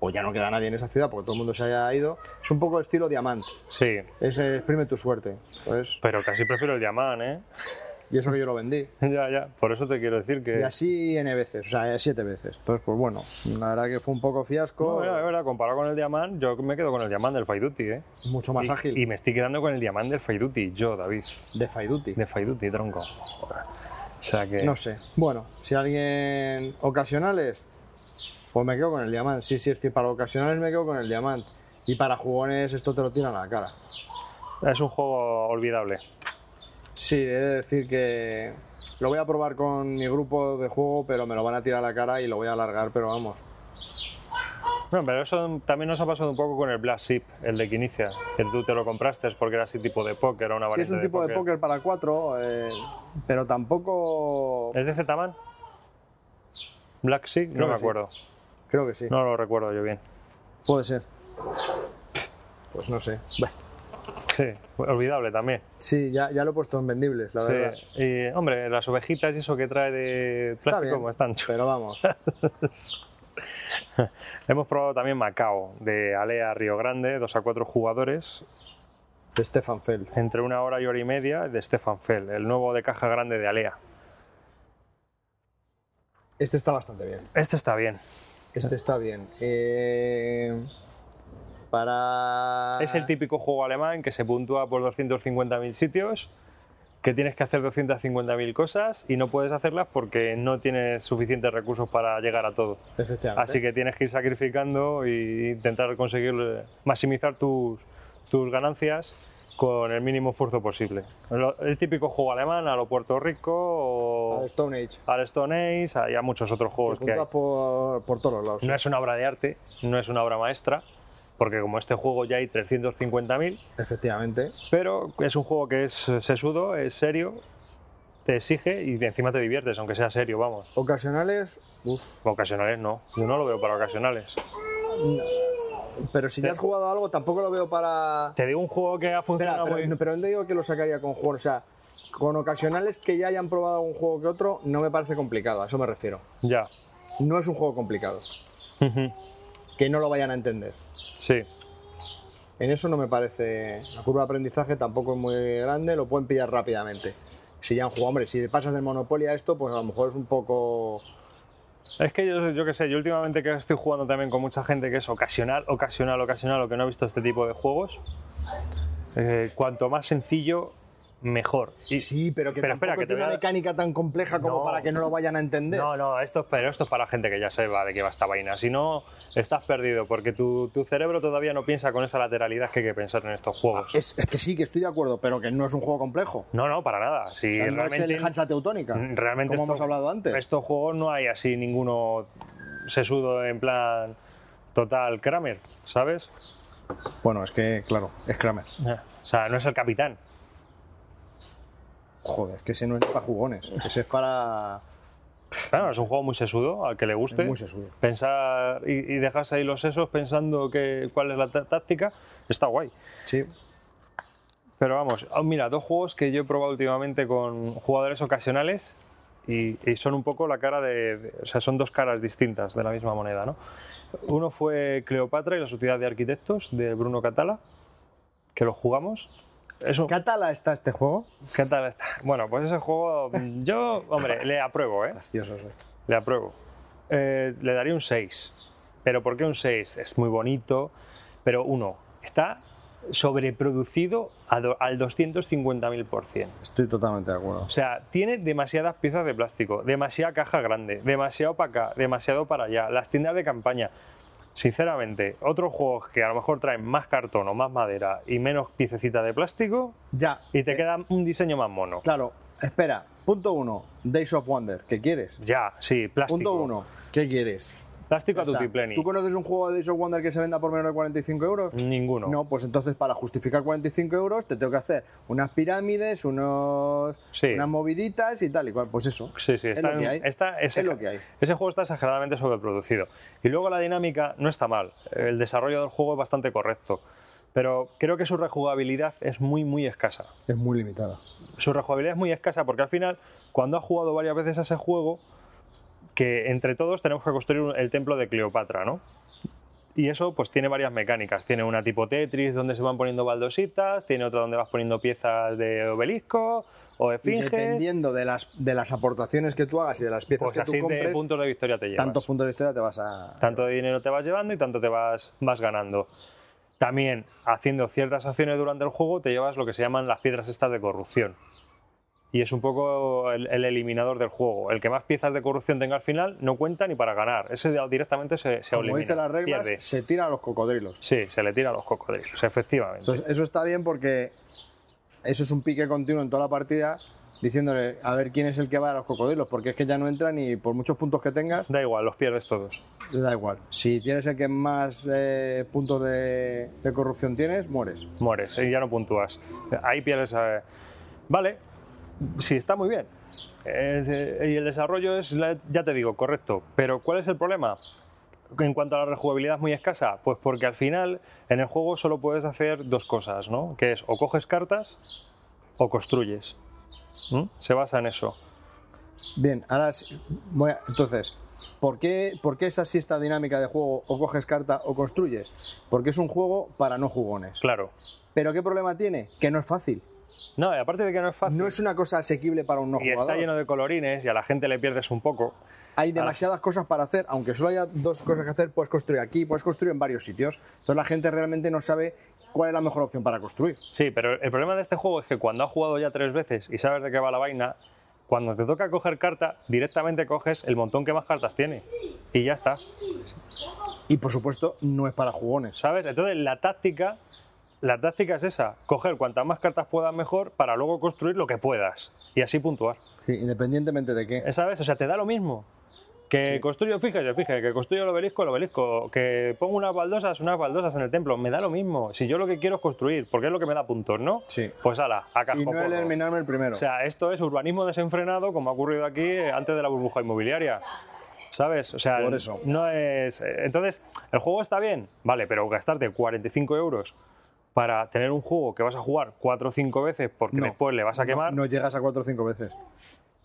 o ya no queda nadie en esa ciudad porque todo el mundo se haya ido, es un poco estilo diamante. Sí, Es eh, exprime tu suerte. Pues, pero casi prefiero el diamante, ¿eh? y eso que yo lo vendí. ya, ya. Por eso te quiero decir que... Y así N veces, o sea, siete veces. Entonces, pues bueno, la verdad que fue un poco No, fiasco, es verdad, comparado con el diamante, yo me quedo con el diamante del Fight Duty, ¿eh? mucho más y, ágil, y me estoy quedando con el diamante del Fight Duty, yo, David. de Faiduti. De Fight Duty, tronco. O sea que... No sé. Bueno, si alguien ocasionales, pues me quedo con el diamante. Sí, sí, es que para ocasionales me quedo con el diamante. Y para jugones esto te lo tiran a la cara. Es un juego olvidable. Sí, he de decir que lo voy a probar con mi grupo de juego, pero me lo van a tirar a la cara y lo voy a alargar, pero vamos. Bueno, pero eso también nos ha pasado un poco con el Black Sheep, el de Quinicia, que tú te lo compraste es porque era así tipo de póker, era una Sí, variante es un tipo de póker, para cuatro, eh, pero tampoco. ¿Es de Zetaman? ¿Black Sheep? Creo No que me sí. acuerdo. Creo que sí. No lo recuerdo yo bien. Puede ser. Pues no sé. Bueno, Sí, olvidable también. sí, ya, ya lo he puesto en vendibles, la Sí, verdad. y, hombre, las ovejitas y eso que trae de Está plástico bien, como están chulas. pero vamos. Hemos probado también Macao, de Alea Río Grande, dos a cuatro jugadores, De Stefan Feld. entre una hora y hora y media, de Stefan Fell, el nuevo de caja grande de Alea. Este está bastante bien. Este está bien. Este está bien. Eh, para. Es el típico juego alemán que se puntúa por 250.000 sitios, que tienes que hacer 250.000 cosas y no puedes hacerlas porque no tienes suficientes recursos para llegar a todo. Efectivamente. Así que tienes que ir sacrificando e intentar conseguir eh, maximizar tus, tus ganancias con el mínimo esfuerzo posible. Lo- El típico juego alemán a lo Puerto Rico o Al Stone Age. al Stone Age y a muchos otros juegos que hay. Puntas por, por todos los lados. No es una obra de arte, no es una obra maestra, porque como este juego ya hay 350.000, Efectivamente. pero es un juego que es eh, sesudo, es serio, te exige y de encima te diviertes, aunque sea serio, vamos. Ocasionales, uf, Ocasionales no, yo no lo veo para ocasionales. pero si ya has jugado algo, tampoco lo veo para. Te digo un juego que ha Espera, funcionado pero, muy- no, pero no digo que lo sacaría con juego, o sea, con ocasionales que ya hayan probado un juego que otro, no me parece complicado, a eso me refiero. Ya. No es un juego complicado, Ujú. que no lo vayan a entender. Sí, En eso no me parece. La curva de aprendizaje tampoco es muy grande, lo pueden pillar rápidamente. Si ya han jugado, hombre, si te pasas del Monopoly a esto, pues a lo mejor es un poco. es que yo, yo qué sé, yo últimamente que estoy jugando también con mucha gente que es ocasional, ocasional, ocasional, o que no ha visto este tipo de juegos, eh, cuanto más sencillo, mejor. Y, Sí, pero que Pero tampoco espera, que te tiene voy a- una mecánica tan compleja como No. para que no lo vayan a entender. No, no, esto, pero esto es para la gente que ya sepa de qué va esta vaina. Si no, estás perdido, porque tu, tu cerebro todavía no piensa con esa lateralidad que hay que pensar en estos juegos. Es, es que sí, que estoy de acuerdo, pero que no es un juego complejo. No, no, para nada. Si O sea, no es realmente, Mm. el Hansa Teutónica, realmente esto- como hemos hablado antes. estos juegos no hay así ninguno sesudo en plan total Kramer, ¿sabes? Bueno, es que, claro, es Kramer. O sea, no es el capitán. Joder, es que ese no es para jugones. Ese es para. Claro, es un juego muy sesudo, al que le guste. Es muy sesudo. Pensar y, y dejarse ahí los sesos pensando que, cuál es la tá- táctica, está guay. Sí. Pero vamos, ah, mira, dos juegos que yo he probado últimamente con jugadores ocasionales y, y son un poco la cara de, de- O sea, son dos caras distintas de la misma moneda, ¿no? Uno fue Cleopatra y la Sociedad de Arquitectos de Bruno Catala, que lo jugamos. Eso, ¿Catala está este juego? Catala está. Bueno, pues ese juego mm, yo, hombre, le apruebo, ¿eh? Gracioso, soy. Le apruebo. Eh, le daría un 6. ¿Pero por qué un 6? Es muy bonito. Pero uno, está sobreproducido a do- al 250.000%. Estoy totalmente de acuerdo. O sea, tiene demasiadas piezas de plástico, demasiada caja grande, demasiado para acá, demasiado para allá, las tiendas de campaña. Sinceramente, otros juegos que a lo mejor traen más cartón o más madera y menos piececitas de plástico Ya. y te eh, queda un diseño más mono. Claro, espera. Punto uno. Days of Wonder. ¿Qué quieres? Ya, sí, plástico. Punto uno. ¿Qué quieres? Plástico Ya a está. tutipleni. ¿Tú conoces un juego de Days of Wonder que se venda por menos de 45 euros? Ninguno. No, pues entonces para justificar 45 euros te tengo que hacer unas pirámides, unos, Sí. unas moviditas y tal y cual. Pues eso. Sí, sí, Es está lo que en- hay. está- Es ese, lo que hay. ese juego está exageradamente sobreproducido. Y luego la dinámica no está mal. El desarrollo del juego es bastante correcto. Pero creo que su rejugabilidad es muy, muy escasa. Es muy limitada. su rejugabilidad es muy escasa porque al final, cuando has jugado varias veces a ese juego, que entre todos tenemos que construir un- el templo de Cleopatra, ¿no? Y eso pues tiene varias mecánicas. Tiene una tipo Tetris donde se van poniendo baldositas, tiene otra donde vas poniendo piezas de obelisco o Y esfinges. dependiendo de las, de las aportaciones que tú hagas y de las piezas Pues que así tú de compres, puntos de victoria te llevas. tantos puntos de historia te vas a... Tanto de dinero te vas llevando y tanto te vas, vas ganando. También haciendo ciertas acciones durante el juego te llevas lo que se llaman las piedras estas de corrupción. Y es un poco el, el eliminador del juego. El que más piezas de corrupción tenga al final no cuenta ni para ganar. Ese de- directamente se, se Como elimina. dice las reglas, pierde. se tira a los cocodrilos. Sí, se le tira a los cocodrilos, efectivamente. Entonces, eso está bien porque eso es un pique continuo en toda la partida diciéndole a ver quién es el que va a los cocodrilos, porque es que ya no entran y por muchos puntos que tengas, Da igual, los pierdes todos. le da igual. Si tienes el que más eh, puntos de, de corrupción tienes, mueres. mueres y ya no puntúas. Ahí pierdes. eh, Vale, sí, está muy bien. Eh, eh, y el desarrollo es, la- ya te digo, correcto. Pero ¿cuál es el problema? En cuanto a la rejugabilidad es muy escasa, pues porque al final en el juego solo puedes hacer dos cosas, ¿no? Que es o coges cartas o construyes. ¿Mm? Se basa en eso. Bien, ahora sí- voy a- entonces, ¿por qué, ¿por qué es así esta dinámica de juego o coges carta o construyes? Porque es un juego para no jugones. Claro. ¿Pero qué problema tiene? Que no es fácil. No, y aparte de que no es fácil No es una cosa asequible para un no y jugador. está lleno de colorines y a la gente le pierdes un poco. Hay demasiadas cosas para hacer, aunque solo haya dos cosas que hacer, puedes construir aquí, puedes construir en varios sitios. Entonces la gente realmente no sabe cuál es la mejor opción para construir. Sí, pero el problema de este juego es que cuando has jugado ya tres veces y sabes de qué va la vaina, cuando te toca coger carta, directamente coges el montón que más cartas tiene. Y ya está. Y por supuesto, no es para jugones. ¿Sabes? Entonces la táctica, la táctica es esa, coger cuantas más cartas puedas mejor para luego construir lo que puedas. Y así puntuar. Sí, independientemente de qué. ¿Sabes? O sea, te da lo mismo. Que Sí. construyo, fíjate, fíjate, que construyo el obelisco, el obelisco, que pongo unas baldosas, unas baldosas en el templo, me da lo mismo. Si yo lo que quiero es construir, porque es lo que me da puntos, ¿no? Sí. Pues ala, a Y no cascoporro. eliminarme el primero. O sea, esto es urbanismo desenfrenado, como ha ocurrido aquí eh, antes de la burbuja inmobiliaria. ¿Sabes? O sea, Por eso. no es. eh, Entonces, el juego está bien, vale, pero gastarte 45 euros para tener un juego que vas a jugar 4 o 5 veces porque No, después le vas a no- quemar. No, llegas a cuatro o cinco veces.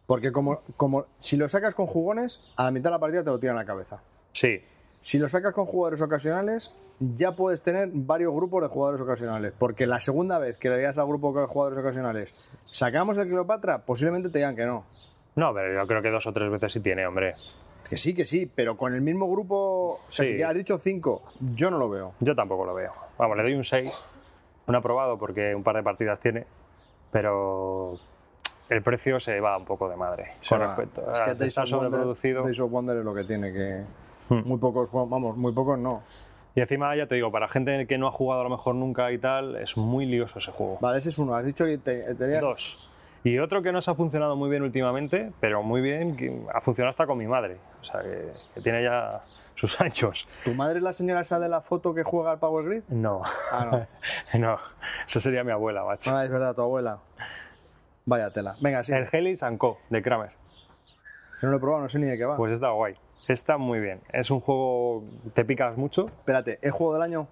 Porque como, como si lo sacas con jugones, a la mitad de la partida te lo tiran a la cabeza. Sí, Si lo sacas con jugadores ocasionales, ya puedes tener varios grupos de jugadores ocasionales. Porque la segunda vez que le digas al grupo de jugadores ocasionales, ¿sacamos el Cleopatra? Posiblemente te digan que no. no, pero yo creo que dos o tres veces sí tiene, hombre. Que sí, que sí, pero con el mismo grupo. O sea, Sí. si has dicho cinco, yo no lo veo. Yo tampoco lo veo. Vamos, le doy un 6, un aprobado porque un par de partidas tiene, pero el precio se va un poco de madre O con sea, respecto es a que Days está of, Wonder, sobreproducido. Days of Wonder es lo que tiene, que Hmm. muy pocos, juegan- vamos, muy pocos no. Y encima, ya te digo, para gente que no ha jugado a lo mejor nunca y tal, es muy lioso ese juego. Vale, ese es uno. Has dicho que te, tenía- Dos. Y otro que nos ha funcionado muy bien últimamente, pero muy bien, que ha funcionado hasta con mi madre. O sea, que, que tiene ya sus anchos. ¿Tu madre es la señora esa de la foto que juega al Power Grid? No, Ah, no. no, eso sería mi abuela, macho. Ah, es verdad, tu abuela. Vaya tela. Venga, sí. El Helis and Co. de Kramer. que No lo he probado, no sé ni de qué va. Pues está guay. Está muy bien. Es un juego. Te picas mucho. Espérate, ¿es juego del año?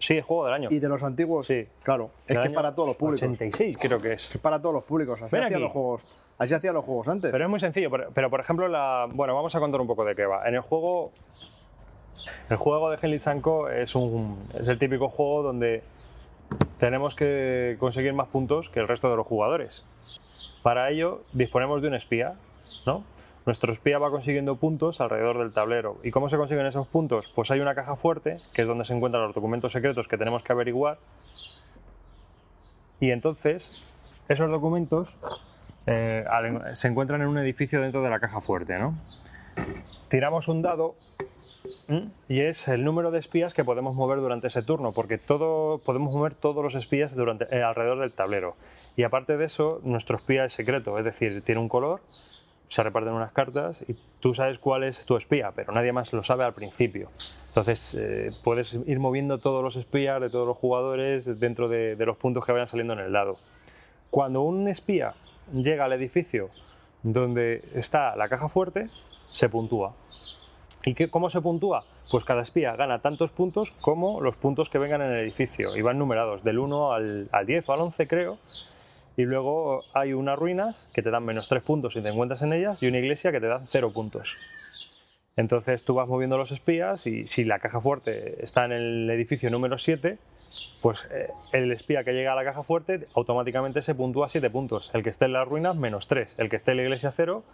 Sí, es juego del año. ¿Y de los antiguos? Sí. Claro, es Del que es año para todos los públicos. 86, creo que es. Que es para todos los públicos. Así Ven hacían aquí. los juegos. Así hacían los juegos antes. Pero es muy sencillo, pero, pero, por ejemplo, la... bueno, vamos a contar un poco de qué va. En el juego, el juego de Henry Sanko es, un, es el típico juego donde tenemos que conseguir más puntos que el resto de los jugadores. Para ello, disponemos de un espía, ¿no? Nuestro espía va consiguiendo puntos alrededor del tablero. ¿Y cómo se consiguen esos puntos? Pues hay una caja fuerte, que es donde se encuentran los documentos secretos que tenemos que averiguar. Y entonces, esos documentos eh, al- se encuentran en un edificio dentro de la caja fuerte, ¿no? Tiramos un dado ¿m? y es el número de espías que podemos mover durante ese turno, porque todo, podemos mover todos los espías durante, eh, alrededor del tablero. Y aparte de eso, nuestro espía es secreto, es decir, tiene un color, se reparten unas cartas y tú sabes cuál es tu espía, pero nadie más lo sabe al principio. Entonces eh, puedes ir moviendo todos los espías de todos los jugadores dentro de, de los puntos que vayan saliendo en el dado. Cuando un espía llega al edificio donde está la caja fuerte, se puntúa. ¿Y qué, cómo se puntúa? Pues cada espía gana tantos puntos como los puntos que vengan en el edificio. Y van numerados del 1 al, al 10 o al 11, creo. Y luego hay unas ruinas que te dan menos 3 puntos si te encuentras en ellas y una iglesia que te dan 0 puntos. Entonces tú vas moviendo los espías y si la caja fuerte está en el edificio número 7, pues eh, el espía que llega a la caja fuerte automáticamente se puntúa 7 puntos. El que esté en las ruinas, menos 3. El que esté en la iglesia, 0.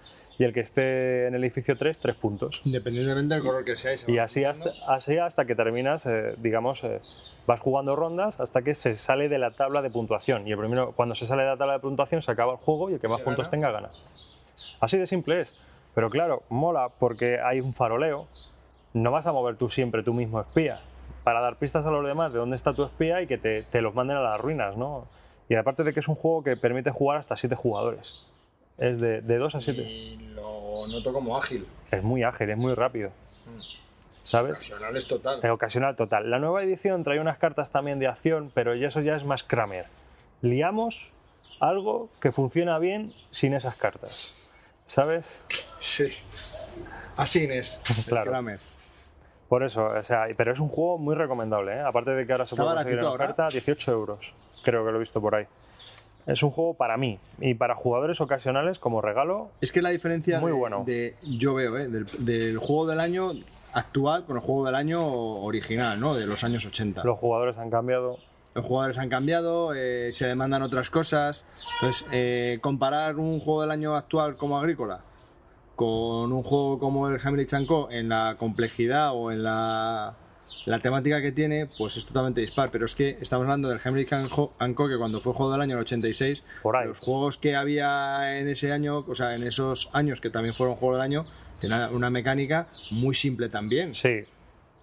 Y el que esté en el edificio 3, 3 puntos. Independientemente del color que seáis. Y así hasta, así hasta que terminas, eh, digamos, eh, vas jugando rondas hasta que se sale de la tabla de puntuación. Y el primero, cuando se sale de la tabla de puntuación, se acaba el juego y el que más Se puntos gana. tenga gana. Así de simple es. Pero claro, mola porque hay un faroleo. No vas a mover tú siempre tu mismo espía para dar pistas a los demás de dónde está tu espía y que te, te los manden a las ruinas, ¿no? Y aparte de que es un juego que permite jugar hasta siete jugadores. Es de, de 2 a 7. Y lo noto como ágil. Es muy ágil, es muy rápido. Mm. ¿Sabes? Ocasional es total. Eh, ocasional total. La nueva edición trae unas cartas también de acción, pero ya eso ya es más Kramer. Liamos algo que funciona bien sin esas cartas. ¿Sabes? Sí. Así es. Claro. Kramer. Por eso, o sea, pero es un juego muy recomendable, ¿eh? Aparte de que ahora se Está puede conseguir en baratito ahora. oferta, 18 euros. Creo que lo he visto por ahí. Es un juego para mí y para jugadores ocasionales como regalo. Es que la diferencia Muy de, bueno. de- yo veo, ¿eh? del, del juego del año actual con el juego del año original, ¿no? De los años 80. Los jugadores han cambiado. Los jugadores han cambiado, eh, se demandan otras cosas. Entonces, eh, comparar un juego del año actual como Agrícola con un juego como el Hamlet Chanco en la complejidad o en la, la temática que tiene, pues es totalmente dispar. Pero es que estamos hablando del Hamlet Chanco que cuando fue juego del año el 86, Por ahí. los juegos que había en ese año, o sea, en esos años que también fueron juego del año, tenía una mecánica muy simple también Sí,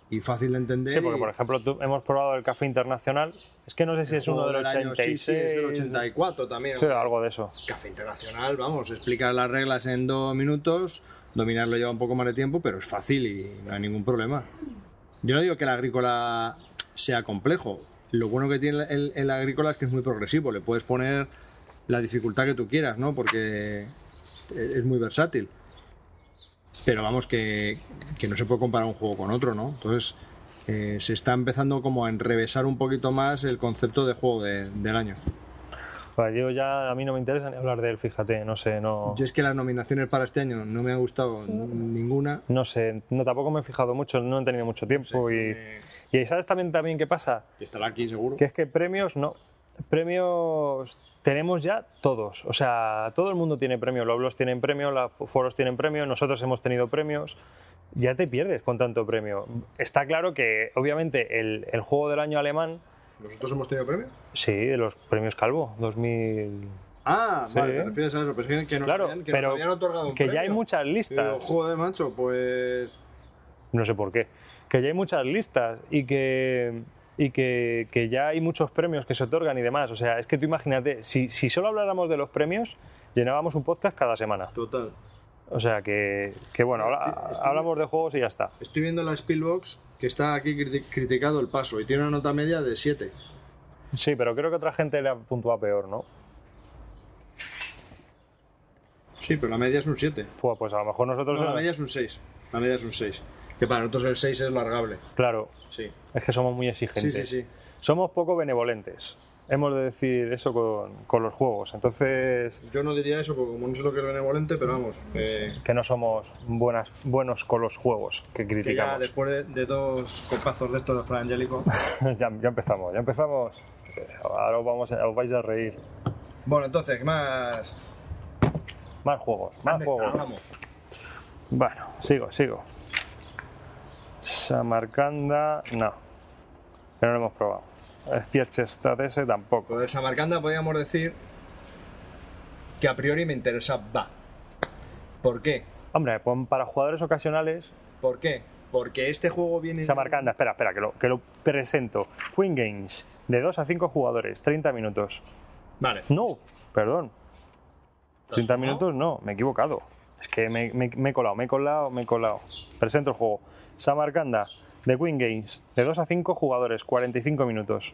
y fácil de entender. Sí, porque y- por ejemplo tú- hemos probado el café internacional. Es que no sé si es uno juego del año, 86. sí, sí, es del 84 también. Sí, algo de eso. Café Internacional, vamos, explicar las reglas en dos minutos, dominarlo lleva un poco más de tiempo, pero es fácil y no hay ningún problema. Yo no digo que el agrícola sea complejo, lo bueno que tiene el, el agrícola es que es muy progresivo, le puedes poner la dificultad que tú quieras, ¿no? Porque es muy versátil. Pero vamos, que, que no se puede comparar un juego con otro, ¿no? Entonces, eh, se está empezando como a enrevesar un poquito más el concepto de juego de- del año. Pues yo ya a mí no me interesa ni hablar de él, fíjate, no sé, no Yo es que las nominaciones para este año no me ha gustado ninguna. no sé, no tampoco me he fijado mucho, no he tenido mucho tiempo y, y sabes también también qué pasa, estará aquí seguro. que es que premios no, premios tenemos ya todos, o sea, todo el mundo tiene premios, los blogs tienen premios, los foros tienen premios, nosotros hemos tenido premios. Ya te pierdes con tanto premio. Está claro que, obviamente, el, el juego del año alemán ¿Nosotros hemos tenido premio? Sí, de los premios Calvo, 2000. Ah, Sí. vale, te refieres a eso. pues Pensé que nos, Claro, habían, que nos pero habían otorgado un que ya premio. hay muchas Yo digo, listas. joder, macho, pues. No sé por qué. Que ya hay muchas listas y que y que, que ya hay muchos premios que se otorgan y demás. O sea, es que tú imagínate, si, si solo habláramos de los premios, llenábamos un podcast cada semana. Total. O sea, que, que bueno, habla- Estoy- estoy- hablamos de juegos y ya está. Estoy viendo en la Spielbox que está aquí criti- criticado el paso y tiene una nota media de 7. Sí, pero creo que otra gente le ha puntuado peor, ¿no? Sí, pero la media es un 7. Pues, pues a lo mejor nosotros... la media es un 6. La media es un 6. Que para nosotros el 6 es largable. Claro, Sí. es que somos muy exigentes. Sí, sí, sí. Somos poco benevolentes. Hemos de decir eso con, con los juegos. Entonces, Yo no diría eso porque como no sé lo que es benevolente, pero vamos. eh, que no somos buenas, buenos con los juegos que Que ya criticamos. después de, de dos copazos de estos de Fran Angélico. Ya, ya empezamos, ya empezamos. Eh, Ahora os, vamos a- os vais a reír. Bueno, entonces, ¿qué más? Más juegos, más ¿Dónde juegos. estábamos? Bueno, sigo, sigo. Samarcanda, no. Que no lo hemos probado. Spierchestad ese tampoco. Lo Pues de Samarcanda podríamos decir que a priori me interesa va. ¿Por qué? Hombre, pon para jugadores ocasionales, ¿Por qué? Porque este juego viene... Samarcanda, espera, espera, que lo, que lo presento. Queen Games, de 2 a 5 jugadores, 30 minutos. Vale. No, perdón. 30 minutos no, me he equivocado. Es que me, me- me he colado, me he colado, me he colado. Presento el juego. Samarcanda, de Queen Games, de 2 a 5 jugadores, 45 minutos.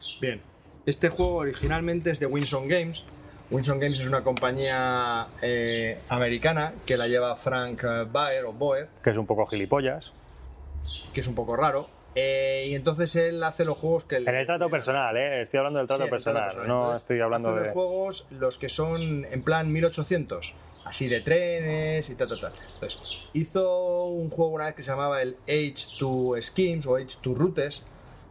Ah, Bien. Este juego originalmente es de Winson Games. Winson Games es una compañía eh, americana que la lleva Frank eh, Baer o Boer. Que es un poco gilipollas. que es un poco raro. Eh, y entonces él hace los juegos que... En el trato personal, ¿eh? Estoy hablando del trato Sí, en el trato personal, personal. no Entonces, estoy hablando hace de... los juegos los que son en plan 1800, así de trenes y tal, tal, tal. Entonces, hizo un juego una vez que se llamaba el Age to Schemes o Age to Routes,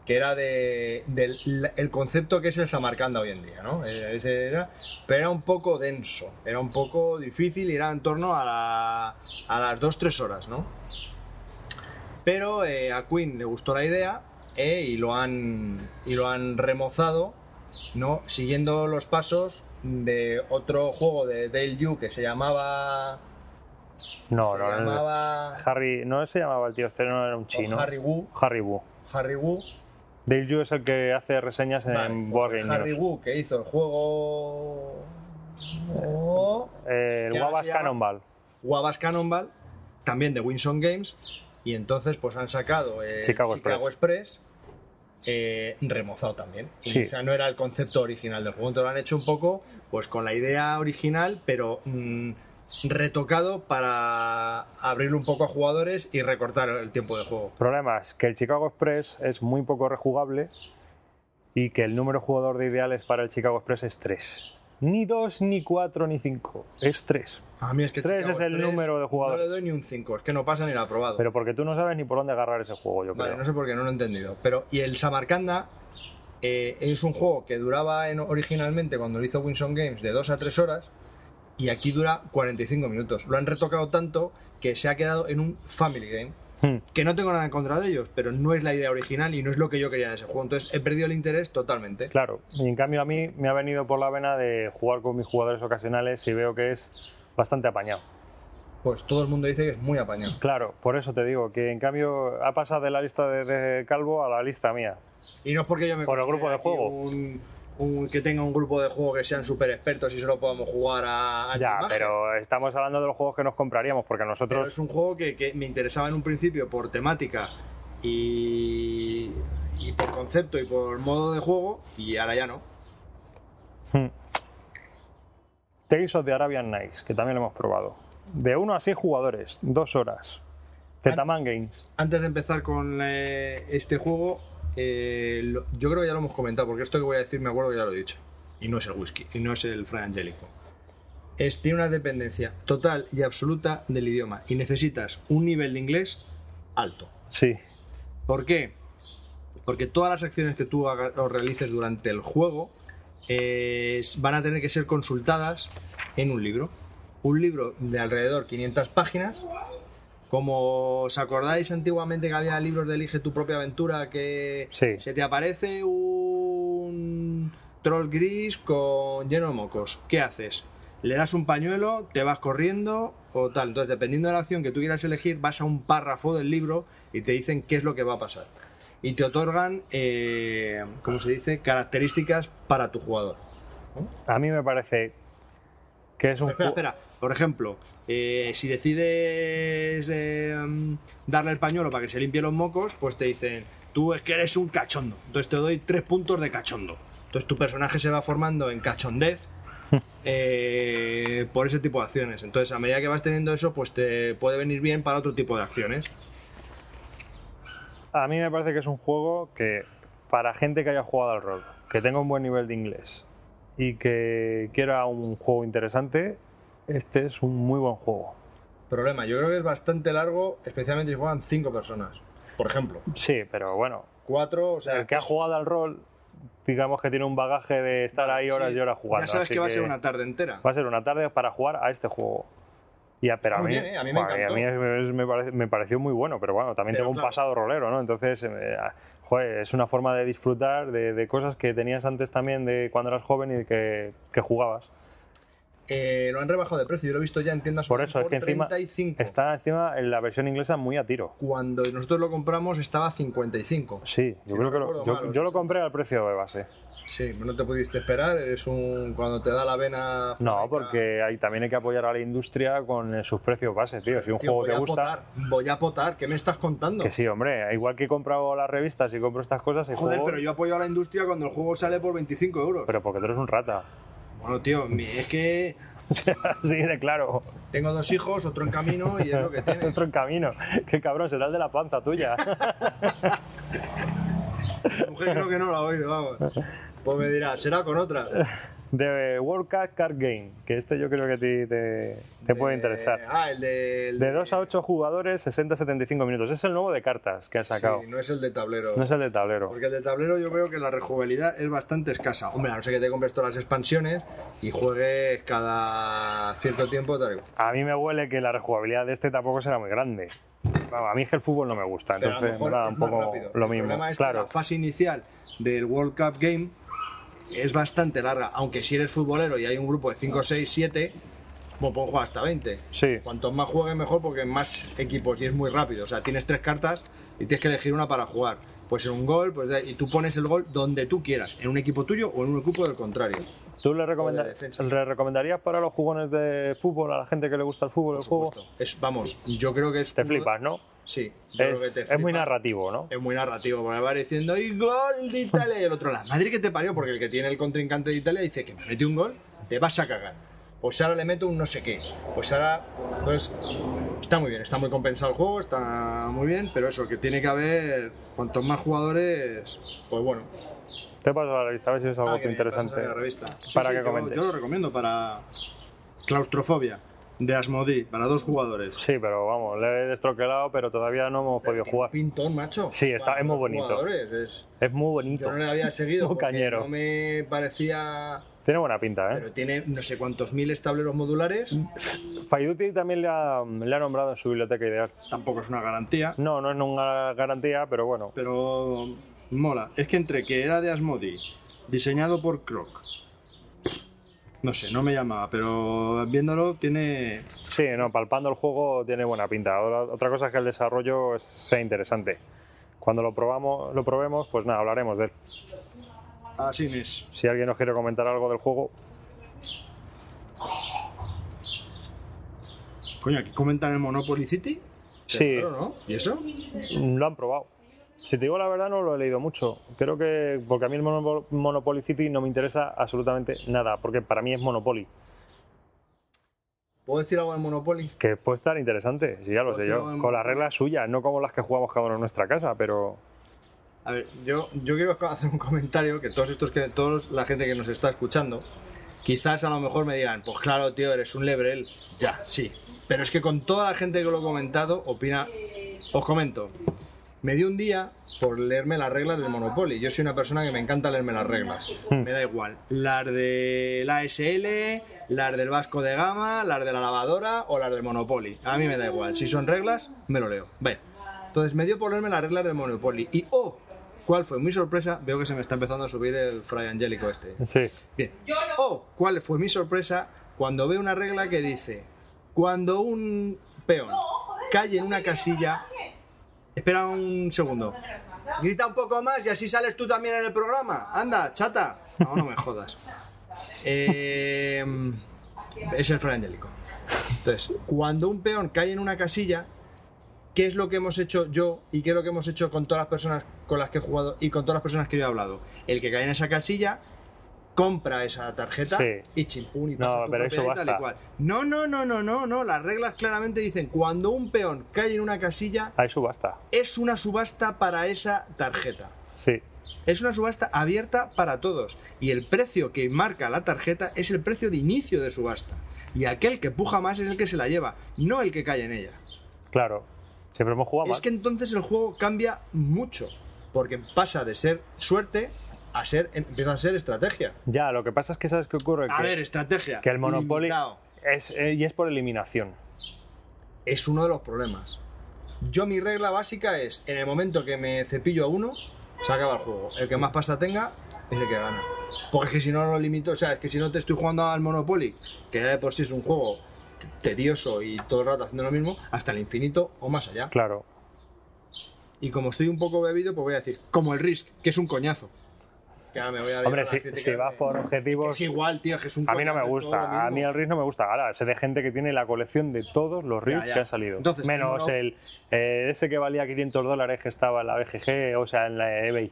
que era de, del el concepto que es el Samarcanda hoy en día, ¿no? Eh, Ese era, pero era un poco denso, era un poco difícil y era en torno a, la- a las 2-3 horas, ¿no? Pero eh, a Queen le gustó la idea eh, y, lo han, y lo han remozado, ¿no? Siguiendo los pasos de otro juego de Dale Yu que se llamaba. No, no, se no, no. llamaba. Oh, Harry, no se llamaba el tío, este no era un chino. Harry Wu. Harry Wu. Harry Wu. Dale Yu es el que hace reseñas en Vale, pues Board el Game Harry News. Wu que hizo el juego. O Eh, ¿Qué el ahora Wabas se llama? Cannonball. eh, Wabas Cannonball, también de Winson Games, y entonces pues han sacado el Chicago Express, eh, remozado también. Y, Sí. O sea, no era el concepto original del juego, entonces lo han hecho un poco pues con la idea original, pero mm, retocado para abrirlo un poco a jugadores y recortar el tiempo de juego. Problemas, que el Chicago Express es muy poco rejugable y que el número de jugador de ideales para el Chicago Express es 3. Ni 2, ni 4, ni 5. Es 3. A mí es que Tres es el número de jugadores. No le doy ni un 5, es que no pasa ni la aprobado. Pero porque tú no sabes ni por dónde agarrar ese juego, yo creo. Vale, no sé por qué, no lo he entendido. Pero, y el Samarcanda eh, es un juego que duraba en- originalmente cuando lo hizo Winson Games de 2 a 3 horas y aquí dura 45 minutos. Lo han retocado tanto que se ha quedado en un Family Game. Hmm. Que no tengo nada en contra de ellos, pero no es la idea original y no es lo que yo quería en ese juego. Entonces he perdido el interés totalmente. Claro, y en cambio a mí me ha venido por la vena de jugar con mis jugadores ocasionales y veo que es bastante apañado. Pues todo el mundo dice que es muy apañado. Claro, por eso te digo que en cambio ha pasado de la lista de, de Calvo a la lista mía. Y no es porque yo me Por el grupo de considere aquí juego. un- un- que tenga un grupo de juego que sean súper expertos y solo podamos jugar a... a Ya, imagen. pero estamos hablando de los juegos que nos compraríamos porque Pero nosotros es un juego que, que me interesaba en un principio por temática y, y por concepto y por modo de juego, y ahora ya no. Hmm. Tales of the Arabian Nights, que también lo hemos probado. De 1 a 6 jugadores, 2 horas. Zetaman Games. Antes de empezar con eh, este juego, eh, lo- yo creo que ya lo hemos comentado, porque esto que voy a decir me acuerdo que ya lo he dicho. Y no es el whisky, y no es el Fray Angélico. Es, tiene una dependencia total y absoluta del idioma, y necesitas un nivel de inglés alto. Sí. ¿Por qué? Porque todas las acciones que tú haga- o realices durante el juego eh, es- van a tener que ser consultadas en un libro. Un libro de alrededor 500 páginas. Como os acordáis antiguamente que había libros de Elige tu propia aventura que Sí. se te aparece un troll gris con lleno de mocos. ¿Qué haces? ¿Le das un pañuelo? ¿Te vas corriendo? O tal. Entonces, dependiendo de la acción que tú quieras elegir, vas a un párrafo del libro y te dicen qué es lo que va a pasar. Y te otorgan, eh, ¿cómo se dice? Características para tu jugador. A mí me parece que es un juego. Espera, espera. Por ejemplo, eh, si decides eh, mm, darle el pañuelo para que se limpie los mocos, pues te dicen, tú es que eres un cachondo. Entonces te doy tres puntos de cachondo. Entonces tu personaje se va formando en cachondez eh, por ese tipo de acciones. Entonces a medida que vas teniendo eso, pues te puede venir bien para otro tipo de acciones. A mí me parece que es un juego que para gente que haya jugado al rol, que tenga un buen nivel de inglés y que quiera un juego interesante, este es un muy buen juego. Problema, yo creo que es bastante largo, especialmente si juegan cinco personas. Por ejemplo, Sí, pero bueno, cuatro, o sea... el que ha es- jugado al rol, digamos que tiene un bagaje de estar ahí horas sí, y horas jugando. Ya sabes así que va a ser una tarde entera. va a ser una tarde para jugar a este juego. Y a, pero a Muy mí, bien, ¿eh? A mí me joder, encantó. a mí es- es- me, parece- me pareció muy bueno, pero bueno, también Pero tengo un claro. pasado rolero, ¿no? Entonces, eh, ah, joder, es una forma de disfrutar de, de cosas que tenías antes también de cuando eras joven y que, que jugabas. Eh, lo han rebajado de precio, yo lo he visto ya en tiendas Por online eso, es que encima 35. Está encima en la versión inglesa muy a tiro. Cuando nosotros lo compramos estaba a 55. Sí, yo Si creo no que lo, recuerdo yo, mal, los yo lo 80. compré al precio de base. Sí, pues no te pudiste esperar, es un cuando te da la vena. No, flamenca. porque ahí también hay que apoyar a la industria con eh, sus precios base, tío. Si un Tío, juego voy te a gusta, potar, voy a potar, ¿qué me estás contando? que sí, hombre. Igual que he comprado las revistas y compro estas cosas, hay Joder, juegos- pero yo apoyo a la industria cuando el juego sale por 25 euros. pero porque tú eres un rata. Bueno, tío, mi- es que sí, de claro. tengo dos hijos, otro en camino y es lo que tiene. Otro en camino. Qué cabrón, será el de la panza tuya. Mi mujer creo que no lo ha oído, vamos. Pues me dirá, será con otra. De World Cup Card Game, que este yo creo que a ti te, te puede Eh, interesar. Ah, el de. el De 2 a 8 jugadores, 60-75 minutos. Es el nuevo de cartas que han sacado. Sí, no es el de tablero. No es el de tablero. Porque el de tablero yo veo que la rejugabilidad es bastante escasa. Hombre, a no ser que te compres todas las expansiones y juegues cada cierto tiempo tal y cual. A mí me huele que la rejugabilidad de este tampoco será muy grande. Vamos, a mí es que el fútbol no me gusta, Pero entonces me a da lo un mejor es más poco rápido. lo el mismo. problema es que claro, la fase inicial del World Cup Game es bastante larga. Aunque si eres futbolero y hay un grupo de 5, 6, 7, bueno, puedo pues jugar hasta 20. sí. Cuantos más juegues mejor porque más equipos y es muy rápido. O sea, tienes tres cartas y tienes que elegir una para jugar. Pues en un gol, pues, y tú pones el gol donde tú quieras, en un equipo tuyo o en un equipo del contrario. ¿Tú le, de recomenda- defensa. le recomendarías para los jugones de fútbol, a la gente que le gusta el fútbol, el juego? supuesto. Es, vamos, yo creo que es. Te uno- flipas, ¿no? Sí, yo creo que Es, te es muy flipas. Eh, narrativo, ¿no? Es muy narrativo, porque va diciendo ¡Y gol de Italia! Y el otro, la madre que te parió, porque el que tiene el contrincante de Italia dice que me mete un gol, te vas a cagar. Pues ahora le meto un no sé qué. Pues ahora. Entonces, está muy bien, está muy compensado el juego, está muy bien, pero eso, que tiene que haber. Cuantos más jugadores. Pues bueno. Te paso la revista a ver si es algo Ah, que me interesante. pasas a la revista. Sí, para sí, que yo- comentes. Yo, lo recomiendo para. Claustrofobia, de Asmodi, para dos jugadores. Sí, pero vamos, le he destroquelado, pero todavía no hemos podido Tiene un jugar. Pintón, macho. Sí, está- Para es muy dos bonito. jugadores, es- Es muy bonito. Yo no le había seguido. Muy porque cañero. No me parecía. Tiene buena pinta, ¿eh? Pero tiene no sé cuántos miles tableros modulares. Faiduti también le ha, le ha nombrado en su biblioteca ideal. Tampoco es una garantía. No, no es una garantía, pero bueno. Pero mola. Es que entre que era de Asmodi, diseñado por Croc. No sé, no me llamaba, pero viéndolo tiene. Sí, no, palpando el juego tiene buena pinta. Ahora, Otra cosa es que el desarrollo es- sea interesante. Cuando lo probamos, lo probemos, pues nada, hablaremos de él. Así ah, es. Si alguien nos quiere comentar algo del juego, Coño, aquí comentan el Monopoly City. Qué sí, raro, ¿no? ¿Y eso? lo han probado. Si te digo la verdad, no lo he leído mucho. Creo que, porque a mí el Monopo- Monopoly City no me interesa absolutamente nada, porque para mí es Monopoly. ¿Puedo decir algo del Monopoly? Que puede estar interesante, sí, ya lo Pues sé yo. Con las reglas suyas, no como las que jugamos cada uno en nuestra casa, pero A ver, yo, yo quiero hacer un comentario que todos estos que todos la gente que nos está escuchando, quizás a lo mejor me digan, pues claro, tío, eres un lebrel, ya, sí. Pero es que con toda la gente que lo he comentado, opina, os comento. Me di un día por leerme las reglas del Monopoly. Yo soy una persona que me encanta leerme las reglas. Hmm. Me da igual. Las de la ASL, las del Vasco de Gama, las de la lavadora o las del Monopoly. A mí me da igual. Si son reglas, me lo leo. Bueno, entonces me dio por leerme las reglas del Monopoly. Y oh, ¿cuál fue mi sorpresa? Veo que se me está empezando a subir el Fray Angélico este. sí. Bien. Oh, ¿cuál fue mi sorpresa cuando veo una regla que dice: cuando un peón cae en una casilla. Espera un segundo. Grita un poco más y así sales tú también en el programa. Anda, chata. No, no me jodas. Eh, es el Fray Angélico. Entonces, cuando un peón cae en una casilla, ¿qué es lo que hemos hecho yo y qué es lo que hemos hecho con todas las personas con las que he jugado y con todas las personas que yo he hablado? El que cae en esa casilla compra esa tarjeta Sí. y chimpún y No, pasa tu pero eso propiedad y tal y basta. cual. No, no, no, no, no, no. Las reglas claramente dicen cuando un peón cae en una casilla Hay subasta. es una subasta para esa tarjeta. Sí. Es una subasta abierta para todos y el precio que marca la tarjeta es el precio de inicio de subasta. Y aquel que puja más es el que se la lleva, no el que cae en ella. Claro. Siempre hemos jugado Es más. que entonces el juego cambia mucho, porque pasa de ser suerte a ser empieza a ser estrategia. Ya, lo que pasa es que sabes qué ocurre. A que ver, estrategia. que el Monopoly- Limitado. es, eh, y es por eliminación. es uno de los problemas. Yo mi regla básica es, en el momento que me cepillo a uno, se acaba el juego. El que más pasta tenga es el que gana. Porque es que si no lo limito, o sea, es que si no te estoy jugando al Monopoly, que ya de por sí es un juego tedioso y todo el rato haciendo lo mismo, hasta el infinito o más allá. Claro. Y como estoy un poco bebido, pues voy a decir, como el Risk, que es un coñazo. Que ahora me voy a liar Hombre, a las si, críticas si vas de- por que objetivos. Es igual, tío, que es un A mí no me coñazo, es todo lo gusta. A mí mismo. el RIS no me gusta. Ahora, sé de gente que tiene la colección de todos los RIS Ya, ya. que han salido. Entonces, Menos no- el. eh, ese que valía 500 dólares que estaba en la BGG, o sea, en la eBay.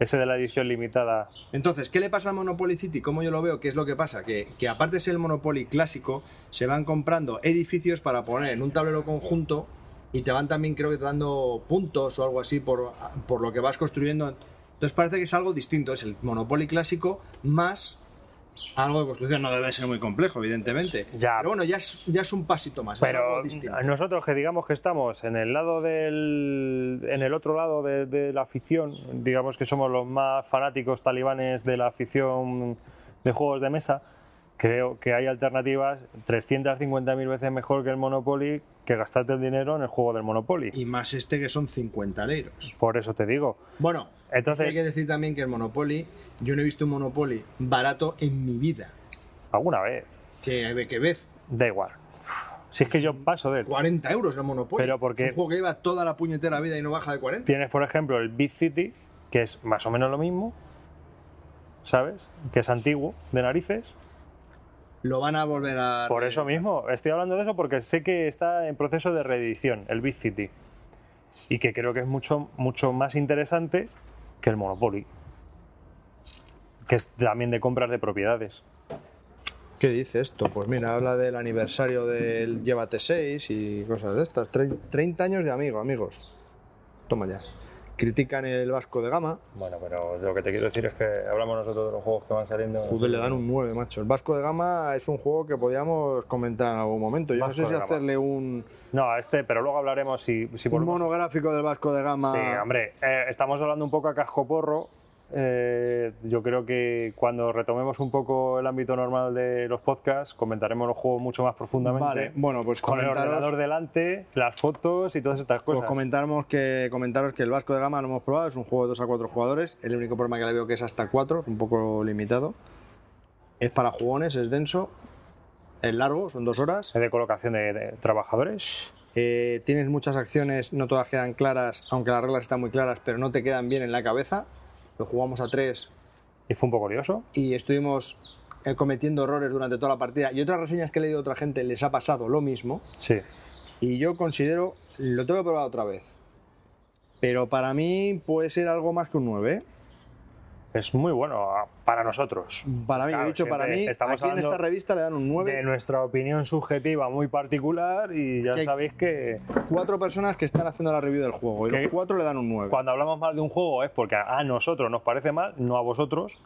Ese de la edición limitada. Entonces, ¿qué le pasa al Monopoly City? ¿Cómo yo lo veo? ¿Qué es lo que pasa? Que, que aparte de ser el Monopoly clásico, se van comprando edificios para poner en un tablero conjunto y te van también, creo que, te dando puntos o algo así por, por lo que vas construyendo. Entonces parece que es algo distinto, es el Monopoly clásico más algo de construcción. No debe ser muy complejo, evidentemente. Ya. Pero bueno, ya es, ya es un pasito más. es algo Pero mm, ah, distinto. nosotros que digamos que estamos en el lado del, en el otro lado de, de la afición, digamos que somos los más fanáticos talibanes de la afición de juegos de mesa, creo que hay alternativas 350.000 veces mejor que el Monopoly que gastarte el dinero en el juego del Monopoly. Y más este que son 50 euros. Por eso te digo. Bueno, Entonces- hay que decir también que el Monopoly, yo no he visto un Monopoly barato en mi vida. Alguna vez, que, que ves da igual. Si es que yo paso de él. 40 euros el Monopoly. Pero porque- Es un juego que lleva toda la puñetera vida y no baja de 40. Tienes, por ejemplo, el Big City, que es más o menos lo mismo, ¿sabes? Que es antiguo, de narices. Lo van a volver a. Por eso mismo, estoy hablando de eso porque sé que está en proceso de reedición, el Big City. Y que creo que es mucho, mucho más interesante que el Monopoly. Que es también de compras de propiedades. ¿Qué dice esto? Pues mira, habla del aniversario del Llévate 6 y cosas de estas. Tre- 30 años de amigo, amigos. Toma ya. Critican el Vasco de Gama. Bueno, pero lo que te quiero decir es que hablamos nosotros de los juegos que van saliendo. Joder, le dan un 9, macho. El Vasco de Gama es un juego que podíamos comentar en algún momento. Yo Vasco no sé si de Gama. hacerle un, No, a este, pero luego hablaremos si, si un volvemos. monográfico del Vasco de Gama. Sí, hombre, eh, estamos hablando un poco a cascoporro. Eh, yo creo que cuando retomemos un poco el ámbito normal de los podcasts, comentaremos los juegos mucho más profundamente. Vale, bueno, pues con el comentaros- ordenador delante, las fotos y todas estas Pues cosas. comentamos que, comentaros que el Vasco de Gama lo hemos probado, es un juego de 2 a 4 jugadores. El único problema que le veo que es hasta 4, un poco limitado. Es para jugones, es denso, es largo, son dos horas. de colocación de, de trabajadores. Eh, tienes muchas acciones, no todas quedan claras, aunque las reglas están muy claras, pero no te quedan bien en la cabeza. Lo jugamos a 3 Y fue un poco curioso. y estuvimos eh, cometiendo errores durante toda la partida. Y otras reseñas que he leído de otra gente les ha pasado lo mismo. Sí. Y yo considero, lo tengo que probar otra vez. Pero para mí puede ser algo más que un 9. ¿eh? Es muy bueno a- para nosotros. Para mí, Claro, he dicho, para siempre mí, estamos aquí en hablando esta revista le dan un 9. De nuestra opinión subjetiva muy particular y ya Que- sabéis que Cuatro personas que están haciendo la review del juego y Que- los cuatro le dan un 9. cuando hablamos mal de un juego es porque a nosotros nos parece mal, no a vosotros,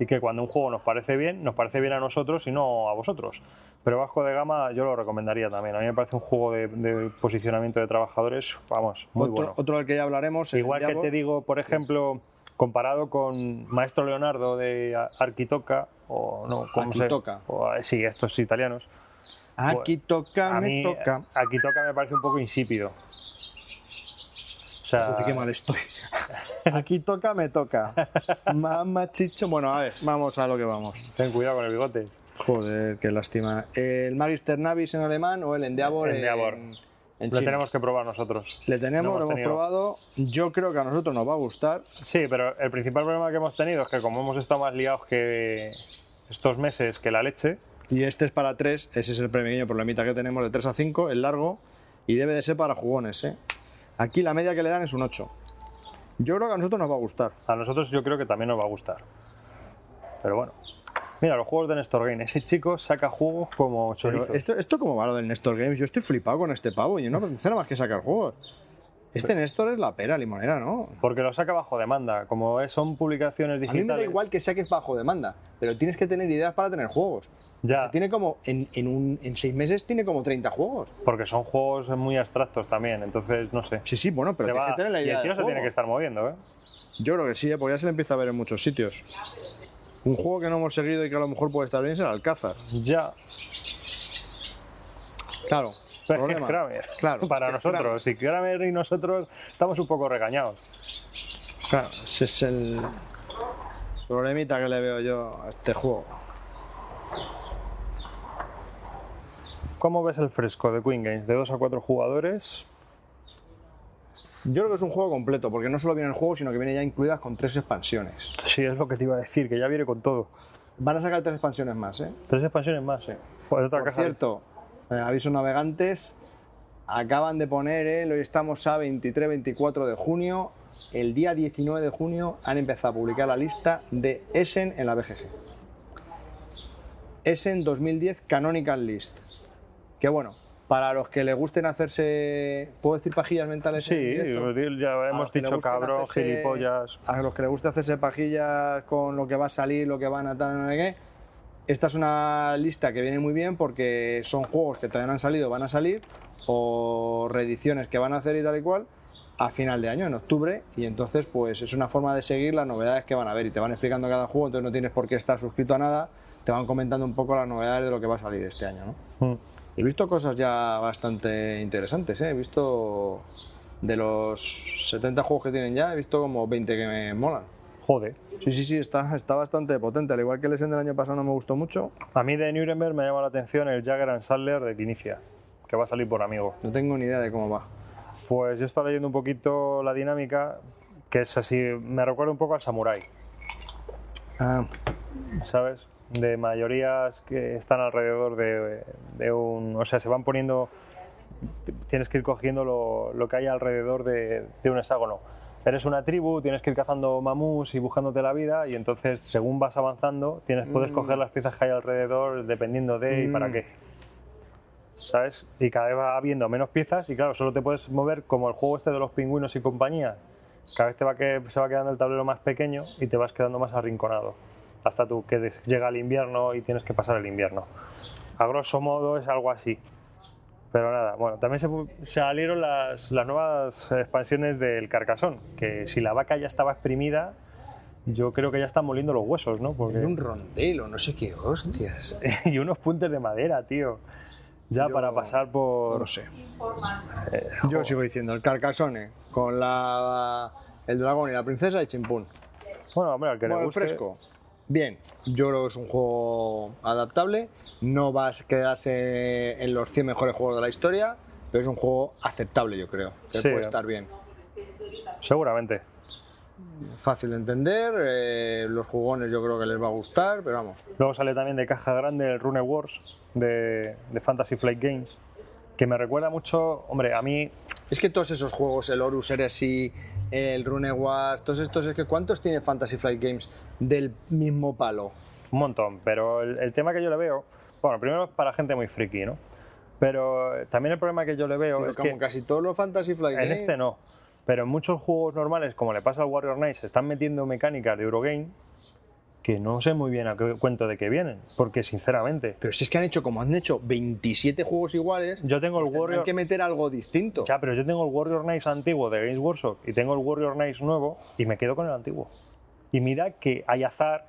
y que cuando un juego nos parece bien, nos parece bien a nosotros y no a vosotros. Pero Vasco de Gama yo lo recomendaría también. A mí me parece un juego de, de posicionamiento de trabajadores, vamos, muy otro, bueno. otro del que ya hablaremos. el Igual que Diablo. te digo, por ejemplo, comparado con Maestro Leonardo de A- Arquitoca, o no, ¿cómo se- Arquitoca. o, eh, sí, estos italianos. Aquí toca, A me mí, eh, toca. Arquitoca me parece un poco insípido. O sea, Joder, qué mal estoy. Aquí toca, me toca. Mamá chicho. Bueno, a ver, vamos a lo que vamos. ten cuidado con el bigote. Joder, qué lástima. ¿El Magister Navis en alemán o el Endeavor, Endeavor. en, en Lo chino? tenemos que probar nosotros. Le tenemos, lo lo hemos hemos tenido. probado. Yo creo que a nosotros nos va a gustar. Sí, pero el principal problema que hemos tenido es que como hemos estado más liados que estos meses que la leche, Y este es para 3, ese es el pequeño problemita que tenemos de 3 a 5, el largo, y debe de ser para jugones. ¿eh? Aquí la media que le dan es un 8. Yo creo que a nosotros nos va a gustar. a nosotros yo creo que también nos va a gustar. Pero bueno. Mira, los juegos de Nestor Game. Ese chico saca juegos como Pero chorizo. esto, esto como va lo del Nestor Games, yo estoy flipado con este pavo, yo no hace nada más que sacar juegos. Este Nestor es la pera limonera, ¿no? Porque lo saca bajo demanda. Como es- son publicaciones A mí digitales. me da igual que saques bajo demanda, pero tienes que tener ideas para tener juegos. Ya, Tiene como, en, en, un, en seis meses tiene como 30 juegos. porque son juegos muy abstractos también. Entonces, no sé. Sí, sí, bueno, pero Se tienes va- que tener la y idea el tío del se tiene juego. que estar moviendo, ¿eh? Yo creo que sí, ¿eh? porque ya se le empieza a ver en muchos sitios. Un juego que no hemos seguido y que a lo mejor puede estar bien es el Alcázar. Ya. Pero Claro, es que es problema. Kramer. Claro, Para es que es nosotros. Y Kramer y nosotros estamos un poco regañados. Claro, ese es el problemita que le veo yo a este juego. ¿Cómo ves el fresco de Queen Games? De 2 a 4 jugadores. Yo creo que es un juego completo, porque no solo viene el juego, sino que viene ya incluidas con tres expansiones. Sí, es lo que te iba a decir, que ya viene con todo. Van a sacar tres expansiones más, ¿eh? Tres expansiones más, sí. Pues otra Por caja. cierto, eh, aviso navegantes, acaban de poner, ¿eh? hoy estamos a 23-24 de junio, el día 19 de junio han empezado a publicar la lista de Essen en la BGG. Essen 2010 Canonical List. Que bueno, para los que les gusten hacerse, ¿puedo decir pajillas mentales? en Sí, pues, directo? ya hemos los que le dicho gusten cabrón, hacerse- gilipollas. a los que les gusta hacerse pajillas con lo que va a salir, lo que van a tal, no sé qué. Esta es una lista que viene muy bien porque son juegos que todavía no han salido, van a salir, o reediciones que van a hacer y tal y cual, a final de año, en octubre, y entonces pues es una forma de seguir las novedades que van a ver y te van explicando cada juego, entonces no tienes por qué estar suscrito a nada, te van comentando un poco las novedades de lo que va a salir este año, ¿no? Mm. He visto cosas ya bastante interesantes, ¿eh? He visto de los 70 juegos que tienen ya, he visto como 20 que me molan. Jode. Sí, sí, sí, está, está bastante potente. Al igual que el Essen del año pasado no me gustó mucho, A mí de Nuremberg me llama la atención el Jagger and Sadler de Quinicia, que va a salir por amigo. no tengo ni idea de cómo va. Pues yo estaba leyendo un poquito la dinámica, que es así, me recuerda un poco al Samurai. Ah, ¿Sabes? De mayorías que están alrededor de, de un... O sea, se van poniendo... Tienes que ir cogiendo lo, lo que hay alrededor de, de un hexágono. Eres una tribu, tienes que ir cazando mamús y buscándote la vida y entonces según vas avanzando tienes, puedes Mm. coger las piezas que hay alrededor dependiendo de y para Mm. qué. ¿Sabes? Y cada vez va habiendo menos piezas y claro, solo te puedes mover como el juego este de los pingüinos y compañía. Cada vez te va que, se va quedando el tablero más pequeño y te vas quedando más arrinconado. Hasta tú que des- llega el invierno y tienes que pasar el invierno. A grosso modo es algo así. Pero nada, bueno, también se pu- salieron las, las nuevas expansiones del Carcasón, que si la vaca ya estaba exprimida, yo creo que ya están moliendo los huesos, ¿no? eh. Porque... Era un rondelo, no sé qué, hostias. y unos puntes de madera, tío. Ya Yo- para pasar por... No sé. Eh, Yo sigo diciendo, el carcasone con la el dragón y la princesa y chimpún. Bueno, hombre, al que le Bueno, el guste... fresco. Bien, yo creo que es un juego adaptable. No va a quedarse en los 100 mejores juegos de la historia, pero es un juego aceptable, yo creo. Que Sí. puede estar bien. Seguramente. Fácil de entender, eh, los jugones yo creo que les va a gustar, pero vamos. Luego sale también de caja grande el Rune Wars de, de Fantasy Flight Games, que me recuerda mucho, hombre, a mí Es que todos esos juegos, el Horus Heresy, el Runewars, todos estos, es que ¿cuántos tiene Fantasy Flight Games del mismo palo? un montón, pero el, el tema que yo le veo, bueno, primero es para gente muy friki, ¿no? Pero eh, también el problema que yo le veo Pero es como que casi todos los Fantasy Flight en Games. este no, pero en muchos juegos normales, como le pasa al Warrior Knight, se están metiendo mecánicas de Eurogame que no sé muy bien a qué cuento de qué vienen, porque sinceramente, Pero si es que han hecho como han hecho 27 juegos iguales, yo tengo el tendrán Warrior que meter algo distinto. Ya, pero yo tengo el Warrior Knights antiguo de Games Workshop y tengo el Warrior Knights nuevo y me quedo con el antiguo. Y mira que hay azar,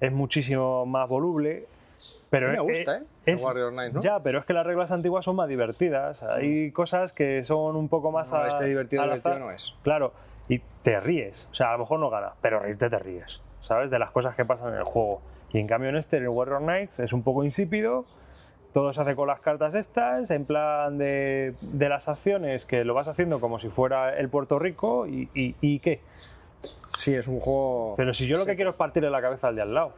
es muchísimo más voluble, pero me es- gusta, ¿eh? El es- Warrior Knight, ¿no? Ya, pero es que las reglas antiguas son más divertidas. Hay cosas que son un poco más No, a- este divertido, al divertido azar. no es. Claro, y te ríes. O sea, a lo mejor no ganas, pero reírte te ríes. ¿Sabes? De las cosas que pasan en el juego. Y en cambio en este, en el Warrior Knights, es un poco insípido. Todo se hace con las cartas estas, en plan de, de las acciones, que lo vas haciendo como si fuera el Puerto Rico y, y, y qué. Sí, es un juego. Pero si yo lo que quiero es partirle la cabeza al de al lado,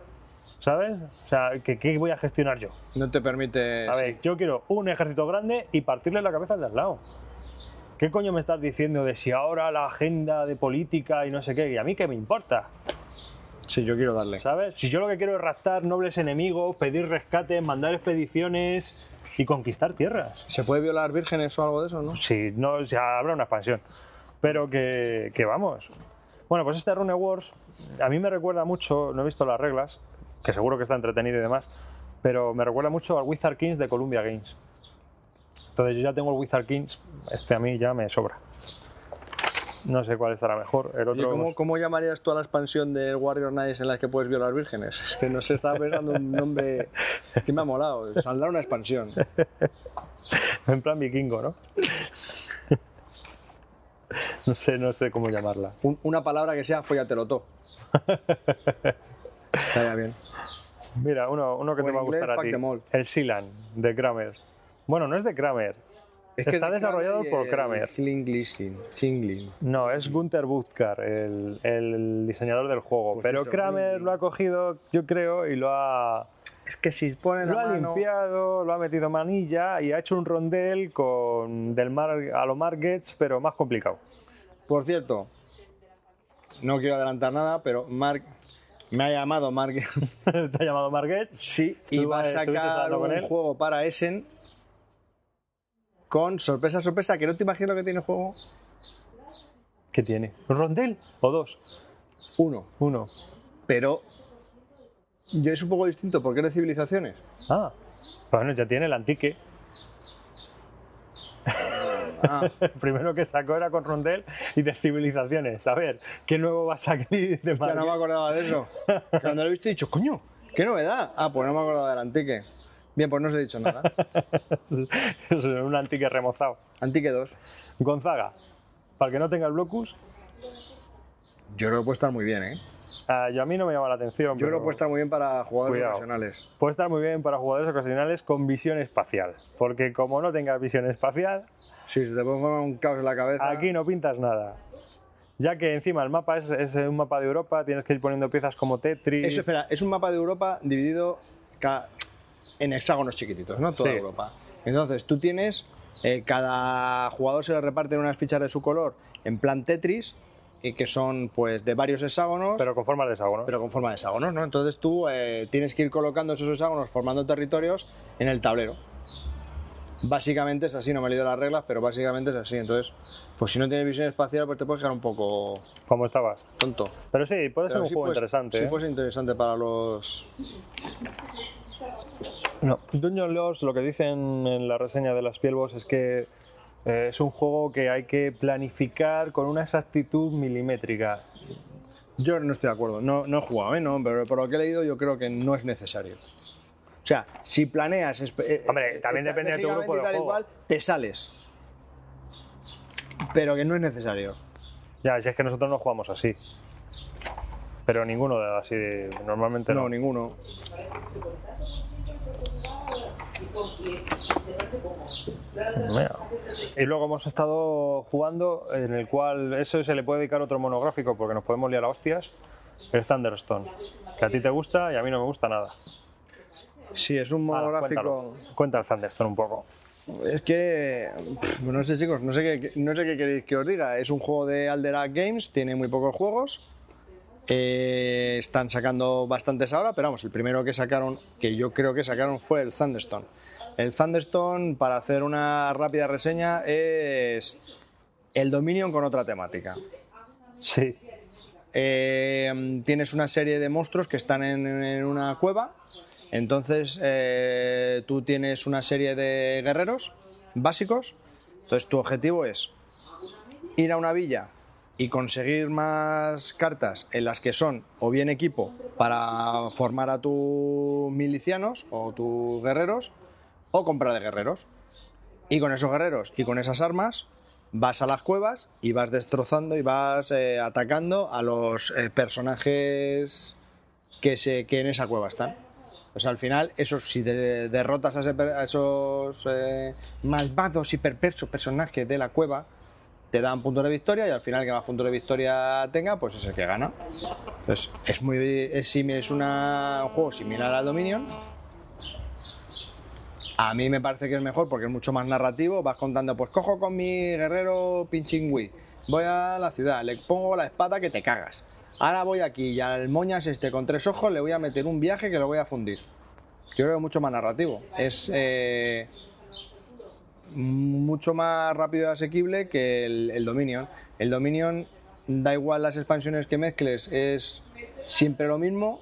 ¿sabes? O sea, ¿qué, qué voy a gestionar yo? No te permite. A ver, yo quiero un ejército grande y partirle la cabeza al de al lado. ¿Qué coño me estás diciendo de si ahora la agenda de política y no sé qué? ¿Y a mí qué me importa? Sí, sí, yo quiero darle. ¿Sabes? Si yo lo que quiero es raptar nobles enemigos, pedir rescates, mandar expediciones y conquistar tierras. ¿Se puede violar vírgenes o algo de eso, no? Si no, ya habrá una expansión. Pero que, que vamos. Bueno, pues este Rune Wars a mí me recuerda mucho, no he visto las reglas, que seguro que está entretenido y demás, pero me recuerda mucho al Wizard Kings de Columbia Games. Entonces yo ya tengo el Wizard Kings, este a mí ya me sobra. No sé cuál estará mejor. El Oye, otro ¿cómo, cómo llamarías tú a la expansión del Warrior Knights en la que puedes violar vírgenes? Es que no se está pensando un nombre que me ha molado. Saldrá una expansión. En plan vikingo, ¿no? no sé, no sé cómo llamarla. Un- una palabra que sea follatelotó. Estaría bien. Mira, uno, uno que O te en va a inglés, gustar a fuck ti. them all. El Silan, de Kramer. Bueno, no es de Kramer. Es que Está es de desarrollado Kramer y por el Kramer. Singlishin- Singlin. No, es Gunther Butkar, el, el diseñador del juego. Pues Pero eso, Kramer mm. lo ha cogido, yo creo, y lo ha, Es que si ponen lo la ha mano... limpiado, lo ha metido manilla y ha hecho un rondel con del mar a lo Margets, pero más complicado. Por cierto, no quiero adelantar nada, pero Mark... Me ha llamado Mark... Te ha llamado Margets. Sí, y ¿Tú va a vas- estuviste sacar hablando con un él? juego para Essen con sorpresa, sorpresa, que no te imagino lo que tiene el juego. ¿Qué tiene? ¿Un rondel? ¿O dos? Uno. Uno. Pero yo es un poco distinto porque es de civilizaciones. Ah, bueno, ya tiene el antique. Ah, El primero que sacó era con rondel y de civilizaciones. A ver, ¿qué nuevo va a sacar de ya no me Margets? acordaba de eso. Cuando lo he visto he dicho, coño, qué novedad. Ah, pues no me acordaba del Antique. Bien, pues no os he dicho nada. Es un antique remozado. Antique 2. Gonzaga, para el que no tenga el blocus, Yo creo que puede estar muy bien, ¿eh? ah, yo a mí no me llama la atención. Yo creo pero que puede estar muy bien para jugadores Cuidado. profesionales. puede estar muy bien para jugadores ocasionales con visión espacial. Porque como no tengas visión espacial, Sí, se te puede formar un caos en la cabeza. aquí no pintas nada. Ya que encima el mapa es, es un mapa de Europa, tienes que ir poniendo piezas como Tetris. Eso, espera, es un mapa de Europa dividido ca- en hexágonos chiquititos, ¿no? Toda Sí. Europa. Entonces, tú tienes, eh, cada jugador se le reparten unas fichas de su color en plan Tetris, y que son pues de varios hexágonos, pero, pero con forma de hexágono. con forma de hexágonos, ¿no? Entonces tú eh, tienes que ir colocando esos hexágonos, formando territorios en el tablero. Básicamente es así, no me he leído las reglas, pero básicamente es así. Entonces, pues si no tienes visión espacial, pues te puedes quedar un poco Como estabas. tonto. Pero sí, puede ser Pero un sí juego puede- interesante. Sí, ¿eh? puede ser interesante para los. No, Dungeon Lords lo que dicen en la reseña de las Pielbos es que eh, es un juego que hay que planificar con una exactitud milimétrica. Yo no estoy de acuerdo. No, no he jugado, ¿eh? No, pero por lo que he leído, yo creo que no es necesario. O sea, si planeas. espe- eh, Hombre, eh, también depende de tu grupo estratégicamente de y tal y juego. cual, te sales. Pero que no es necesario. Ya, si es que nosotros no jugamos así. Pero ninguno de así, de- normalmente No, no. ninguno. Mira. Y luego hemos estado jugando en el cual eso se le puede dedicar otro monográfico porque nos podemos liar a hostias. El Thunderstone, que a ti te gusta y a mí no me gusta nada. Sí, es un Hala, monográfico. cuéntalo. Cuenta el Thunderstone un poco. Es que. pff, no sé, chicos, no sé, qué, no sé qué queréis que os diga. Es un juego de Alderac Games, tiene muy pocos juegos. Eh, están sacando bastantes ahora, pero vamos, el primero que sacaron, que yo creo que sacaron, fue el Thunderstone. El Thunderstone, para hacer una rápida reseña, es el Dominion con otra temática. Sí, Eh, tienes una serie de monstruos que están en, en una cueva. Entonces eh, tú tienes una serie de guerreros básicos. Entonces tu objetivo es ir a una villa y conseguir más cartas en las que son o bien equipo para formar a tus milicianos o tus guerreros o comprar de guerreros. Y con esos guerreros y con esas armas vas a las cuevas y vas destrozando y vas eh, atacando a los eh, personajes que, se, que en esa cueva están. Pues al final, esos, si de- derrotas a, ese per- a esos eh, malvados y perversos personajes de la cueva, te dan puntos de victoria y al final el que más puntos de victoria tenga, pues es el que gana. Pues es muy es, simi- es una- un juego similar al Dominion, a mí me parece que es mejor porque es mucho más narrativo. Vas contando, pues cojo con mi guerrero Pinchingüí, voy a la ciudad, le pongo la espada que te cagas. Ahora voy aquí y al moñas este con tres ojos le voy a meter un viaje que lo voy a fundir. Yo creo que es mucho más narrativo. Es eh, mucho más rápido y asequible que el, el Dominion. El Dominion, da igual las expansiones que mezcles, es siempre lo mismo.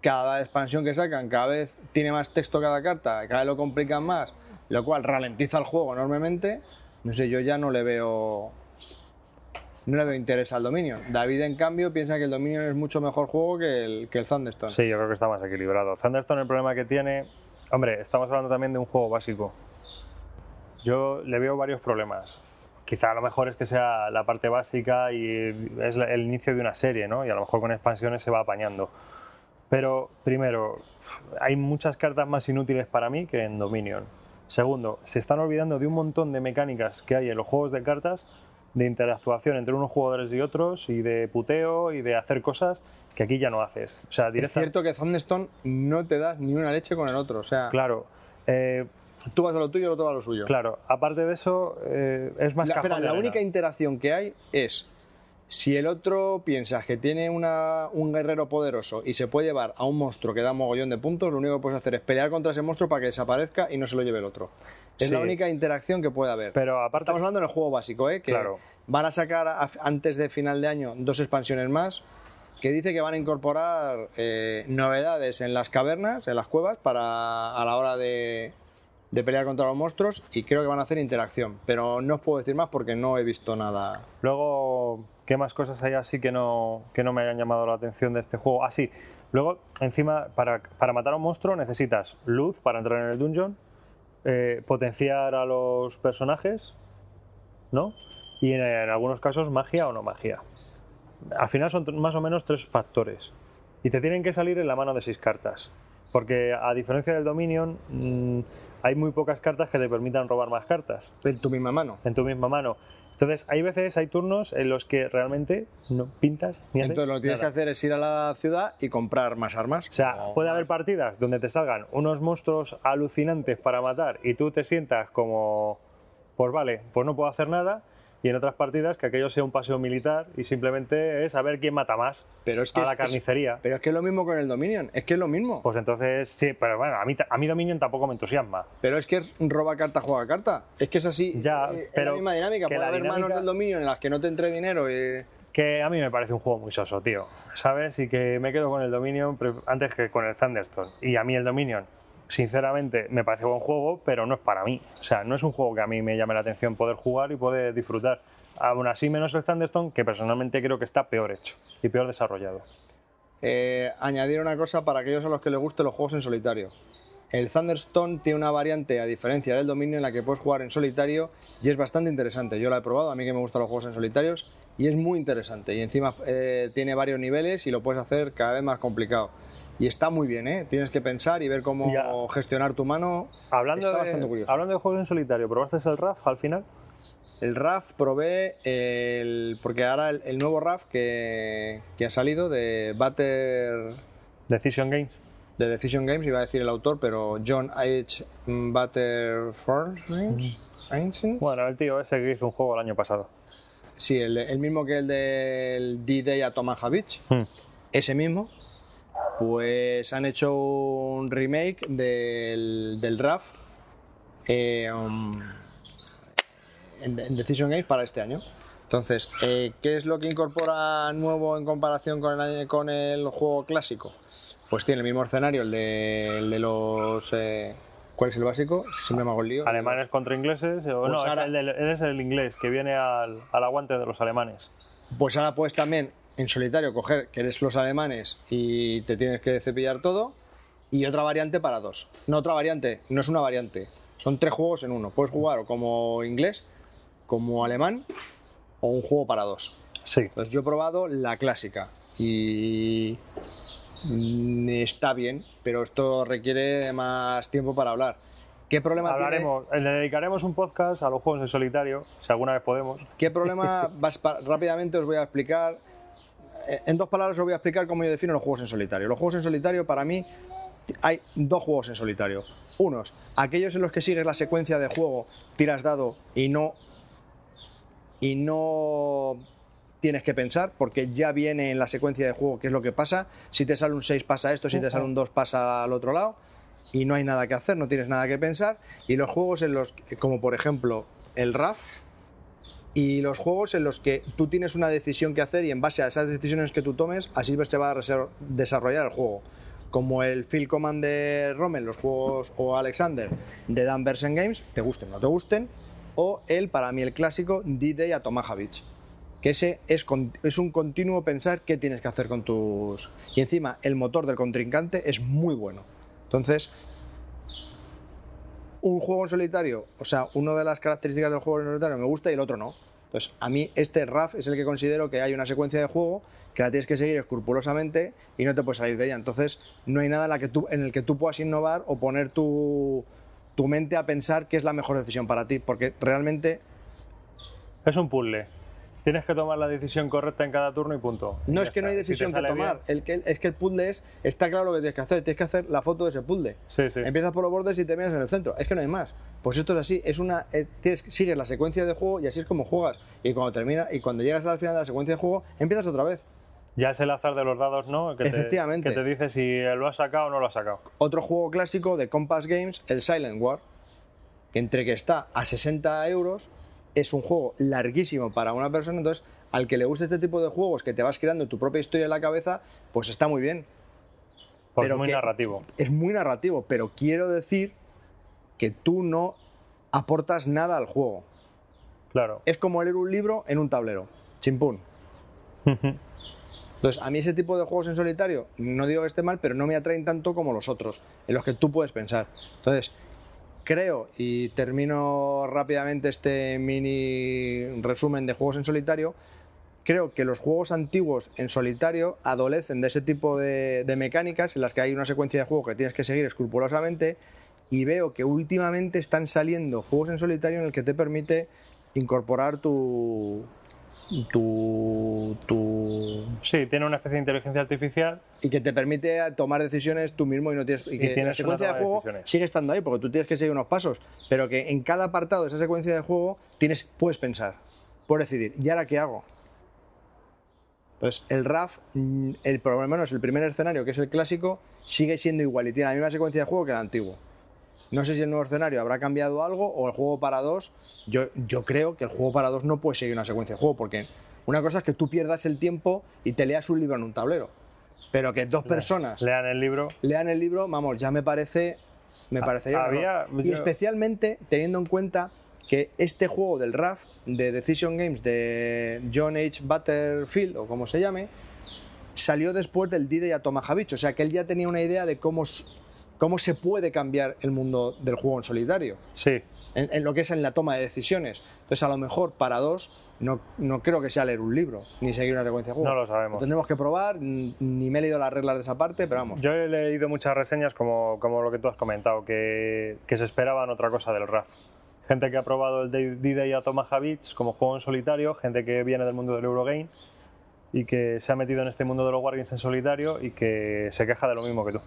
Cada expansión que sacan, cada vez tiene más texto cada carta, cada vez lo complican más, lo cual ralentiza el juego enormemente. No sé, yo ya no le veo. No le veo interés al Dominion. David, en cambio, piensa que el Dominion es mucho mejor juego que el, que el Thunderstone. Sí, yo creo que está más equilibrado. Thunderstone el problema que tiene... Hombre, estamos hablando también de un juego básico. Yo le veo varios problemas. Quizá a lo mejor es que sea la parte básica y es la- el inicio de una serie, ¿no? Y a lo mejor con expansiones se va apañando. Pero, primero, hay muchas cartas más inútiles para mí que en Dominion. Segundo, se están olvidando de un montón de mecánicas que hay en los juegos de cartas, de interactuación entre unos jugadores y otros, y de puteo, y de hacer cosas que aquí ya no haces. O sea, Es directa- cierto que Thunderstone no te das ni una leche con el otro. O sea, Claro. eh, tú vas a lo tuyo y el otro va a lo suyo. claro, aparte de eso, eh, es más La, cajón espera, de la arena. única interacción que hay es si el otro piensas que tiene una- un guerrero poderoso y se puede llevar a un monstruo que da mogollón de puntos, lo único que puedes hacer es pelear contra ese monstruo para que desaparezca y no se lo lleve el otro. Es Sí. la única interacción que puede haber. Pero aparte, Estamos hablando del juego básico, ¿eh? Que Claro. van a sacar a- antes de final de año dos expansiones más que dice que van a incorporar eh, novedades en las cavernas, en las cuevas, para a la hora de, de pelear contra los monstruos y creo que van a hacer interacción. Pero no os puedo decir más porque no he visto nada. luego, ¿qué más cosas hay así que no, que no me hayan llamado la atención de este juego? Ah, sí. Luego, encima, para, para matar a un monstruo necesitas luz para entrar en el dungeon, eh, potenciar a los personajes, ¿no? Y en, en algunos casos, magia o no magia. Al final son tr- más o menos tres factores. Y te tienen que salir en la mano de seis cartas. Porque a diferencia del Dominion, mm, hay muy pocas cartas que te permitan robar más cartas En tu misma mano. en tu misma mano. Entonces, hay veces, hay turnos en los que realmente no pintas ni haces Entonces lo que tienes nada. que hacer es ir a la ciudad y comprar más armas. O sea, No, puede haber partidas donde te salgan unos monstruos alucinantes para matar y tú te sientas como, pues vale, pues no puedo hacer nada. Y en otras partidas que aquello sea un paseo militar y simplemente es a ver quién mata más Pero es que a la es- es- carnicería. pero es que es lo mismo con el Dominion, es que es lo mismo. Pues entonces, sí, pero bueno, a mí, ta- a mí Dominion tampoco me entusiasma. Pero es que es roba carta, juega carta. Es que es así. Ya, eh, es la pero misma dinámica. que Puede la haber manos dinámica- del dominio en las que no te entre dinero. Y... Que a mí me parece un juego muy soso, tío. ¿Sabes? Y que me quedo con el Dominion pre- antes que con el Thunderstone. Y a mí el Dominion, sinceramente, me parece buen juego, pero no es para mí. O sea, no es un juego que a mí me llame la atención poder jugar y poder disfrutar. Aún así, menos el Thunderstone, que personalmente creo que está peor hecho y peor desarrollado. Eh, añadir una cosa para aquellos a los que les gusten los juegos en solitario. El Thunderstone tiene una variante, a diferencia del dominio, en la que puedes jugar en solitario y es bastante interesante. Yo la he probado, a mí que me gustan los juegos en solitarios, y es muy interesante. Y encima eh, tiene varios niveles y lo puedes hacer cada vez más complicado. Y está muy bien, ¿eh? Tienes que pensar y ver cómo Ya. gestionar tu mano. Hablando Está de, bastante curioso. hablando de juegos en solitario, ¿probaste el RAF al final? El RAF probé el. Porque ahora el, el nuevo RAF que, que ha salido de Butter. Decision Games. de Decision Games, iba a decir el autor, pero John H. Butterford. Einstein. Bueno, el tío ese que hizo un juego el año pasado. Sí, el, el mismo que el del D-Day a Tomaha Beach, Hmm. ese mismo. Pues han hecho un remake del, del RAF eh, um, en, en Decision Games para este año. Entonces, eh, ¿qué es lo que incorpora nuevo en comparación con el, año- con el juego clásico? Pues tiene el mismo escenario, el de, el de los... eh, ¿Cuál es el básico? Siempre me hago el lío. Alemanes contra ingleses. o Pues no, es ahora- el del- él es el inglés que viene al, al aguante de los alemanes. Pues ahora puedes también en solitario coger que eres los alemanes y te tienes que cepillar todo. Y otra variante para dos. No otra variante, no es una variante. Son tres juegos en uno. Puedes jugar o como inglés, como alemán o un juego para dos. Sí. Entonces yo he probado la clásica y mm, está bien, pero esto requiere más tiempo para hablar. ¿Qué problema tiene- Hablaremos, eh, le dedicaremos un podcast a los juegos en solitario, si alguna vez podemos. ¿Qué problema vas pa- rápidamente os voy a explicar? eh, En dos palabras os voy a explicar cómo yo defino los juegos en solitario. Los juegos en solitario para mí t- hay dos juegos en solitario. Unos, aquellos en los que sigues la secuencia de juego, tiras dado y no y no tienes que pensar porque ya viene en la secuencia de juego qué es lo que pasa. Si te sale un 6 pasa esto, si te sale un 2 pasa al otro lado y no hay nada que hacer, no tienes nada que pensar. Y los juegos en los que- como por ejemplo el RAF y los juegos en los que tú tienes una decisión que hacer y en base a esas decisiones que tú tomes, así se va a rese- desarrollar el juego. Como el Field Command de Rommel, los juegos o Alexander de Dan Versen Games, te gusten o no te gusten, o el, para mí, el clásico D-Day a Tomaha Beach que ese es, con- es un continuo pensar qué tienes que hacer con tus... Y encima, el motor del contrincante es muy bueno. Entonces, un juego en solitario, o sea, una de las características del juego en solitario me gusta y el otro no. Entonces, a mí este RAF es el que considero que hay una secuencia de juego que la tienes que seguir escrupulosamente y no te puedes salir de ella. Entonces, no hay nada en, la que tú, en el que tú puedas innovar o poner tu, tu mente a pensar qué es la mejor decisión para ti, porque realmente Es un puzzle. Tienes que tomar la decisión correcta en cada turno y punto. Y No ya es que no hay está. Si te decisión que sale bien- tomar, el que, es que el puzzle es, está claro lo que tienes que hacer, tienes que hacer la foto de ese puzzle. Sí, sí. Empiezas por los bordes y terminas en el centro, es que no hay más. Pues esto es así, es una, es- tienes- sigues la secuencia de juego y así es como juegas. Y cuando termina y cuando llegas al final de la secuencia de juego, empiezas otra vez. Ya es el azar de los dados, ¿no? Que te- Efectivamente. que te dice si lo has sacado o no lo has sacado. Otro juego clásico de Compass Games, el Silent War, que entre que está a 60 euros, es un juego larguísimo para una persona, entonces al que le guste este tipo de juegos que te vas creando tu propia historia en la cabeza, pues está muy bien. Porque Pero es muy que- narrativo. es muy narrativo, pero quiero decir que tú no aportas nada al juego. Claro. Es como leer un libro en un tablero. Chimpún. Entonces, a mí ese tipo de juegos en solitario, no digo que esté mal, pero no me atraen tanto como los otros, en los que tú puedes pensar. Entonces, creo, y termino rápidamente este mini resumen de juegos en solitario, creo que los juegos antiguos en solitario adolecen de ese tipo de, de mecánicas en las que hay una secuencia de juego que tienes que seguir escrupulosamente y veo que últimamente están saliendo juegos en solitario en el que te permite incorporar tu, tu, tu Sí, tiene una especie de inteligencia artificial. y que te permite tomar decisiones tú mismo y no tienes y que tienes la secuencia una toma de de juego decisiones. sigue estando ahí porque tú tienes que seguir unos pasos pero que en cada apartado de esa secuencia de juego tienes puedes pensar puedes decidir y ahora qué hago entonces el RAF mm, el por lo menos el primer escenario que es el clásico sigue siendo igual y tiene la misma secuencia de juego que el antiguo no sé si el nuevo escenario habrá cambiado algo o el juego para dos. Yo, yo creo que el juego para dos no puede seguir una secuencia de juego, porque una cosa es que tú pierdas el tiempo y te leas un libro en un tablero. Pero que dos personas Lean el libro. lean el libro, vamos, ya me parece. Me Ha- parecería un había- error. Y yo- especialmente teniendo en cuenta que este juego del RAF, de Decision Games, de John H. Butterfield, o como se llame, salió después del D-Day a Beach. O sea que él ya tenía una idea de cómo, s- cómo se puede cambiar el mundo del juego en solitario Sí, en, en lo que es en la toma de decisiones. Entonces, a lo mejor para dos, no, no creo que sea leer un libro ni seguir una secuencia de juego. No lo sabemos. tendremos que probar, n- ni me he leído las reglas de esa parte, pero vamos. yo he leído muchas reseñas como, como lo que tú has comentado, que, que se esperaban otra cosa del RAF. Gente que ha probado el Day- D-Day a Toma Habits como juego en solitario, gente que viene del mundo del Eurogame y que se ha metido en este mundo de los Wargames en solitario y que se queja de lo mismo que tú.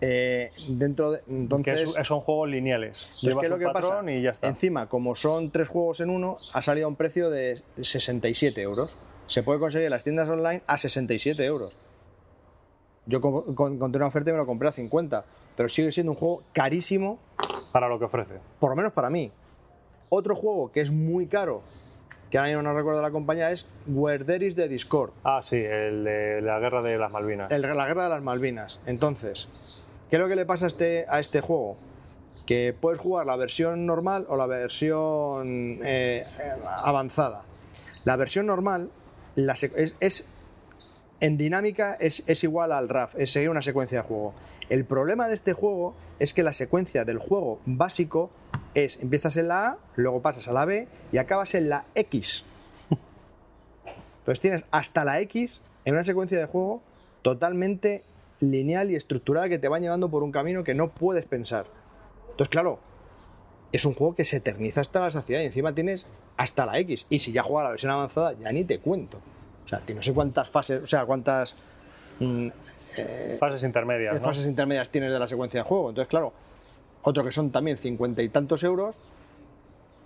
Eh, dentro de. que Entonces. es- son juegos lineales. yo es Llevas que lo un que pasa, patrón y ya está. encima, como son tres juegos en uno, ha salido a un precio de 67 euros. Se puede conseguir en las tiendas online a 67 euros. Yo co- con- encontré una oferta y me lo compré a 50, pero sigue siendo un juego carísimo Para lo que ofrece. por lo menos para mí. Otro juego que es muy caro, que ahora mismo no recuerdo la compañía, es Where There Is the Discord, Ah, sí, el de la guerra de las Malvinas. el- la guerra de las Malvinas. Entonces, ¿qué es lo que le pasa a este, a este juego? Que puedes jugar la versión normal o la versión eh, avanzada. La versión normal la sec- es, es- en dinámica es, es igual al RAF, es seguir una secuencia de juego. El problema de este juego es que la secuencia del juego básico es empiezas en la A, luego pasas a la B y acabas en la X. Entonces tienes hasta la X en una secuencia de juego totalmente lineal y estructurada que te va llevando por un camino que no puedes pensar. Entonces, claro, es un juego que se eterniza hasta la saciedad y encima tienes hasta la X. Y si ya juegas la versión avanzada, ya ni te cuento. O sea, no sé cuántas fases, o sea, cuántas mm, Fases intermedias, ¿Qué ¿no? eh, fases intermedias tienes de la secuencia de juego. Entonces, claro, otro que son también cincuenta y tantos euros,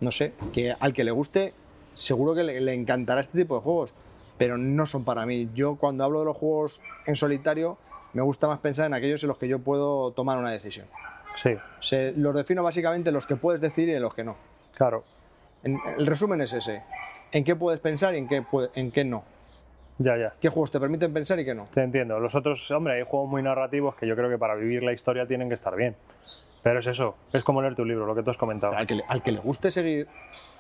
no sé, que al que le guste, seguro que le, le encantará este tipo de juegos, pero no son para mí. Yo cuando hablo de los juegos en solitario, me gusta más pensar en aquellos en los que yo puedo tomar una decisión. Sí, Se, los defino básicamente en los que puedes decidir y en los que no. claro. En- el resumen es ese. En qué puedes pensar y en qué, puede- en qué no. Ya, ya. ¿Qué juegos te permiten pensar y qué no? Te entiendo. Los otros, hombre, hay juegos muy narrativos que yo creo que para vivir la historia tienen que estar bien. Pero es eso, es como leer tu libro, lo que tú has comentado. Al que, le- al que le guste seguir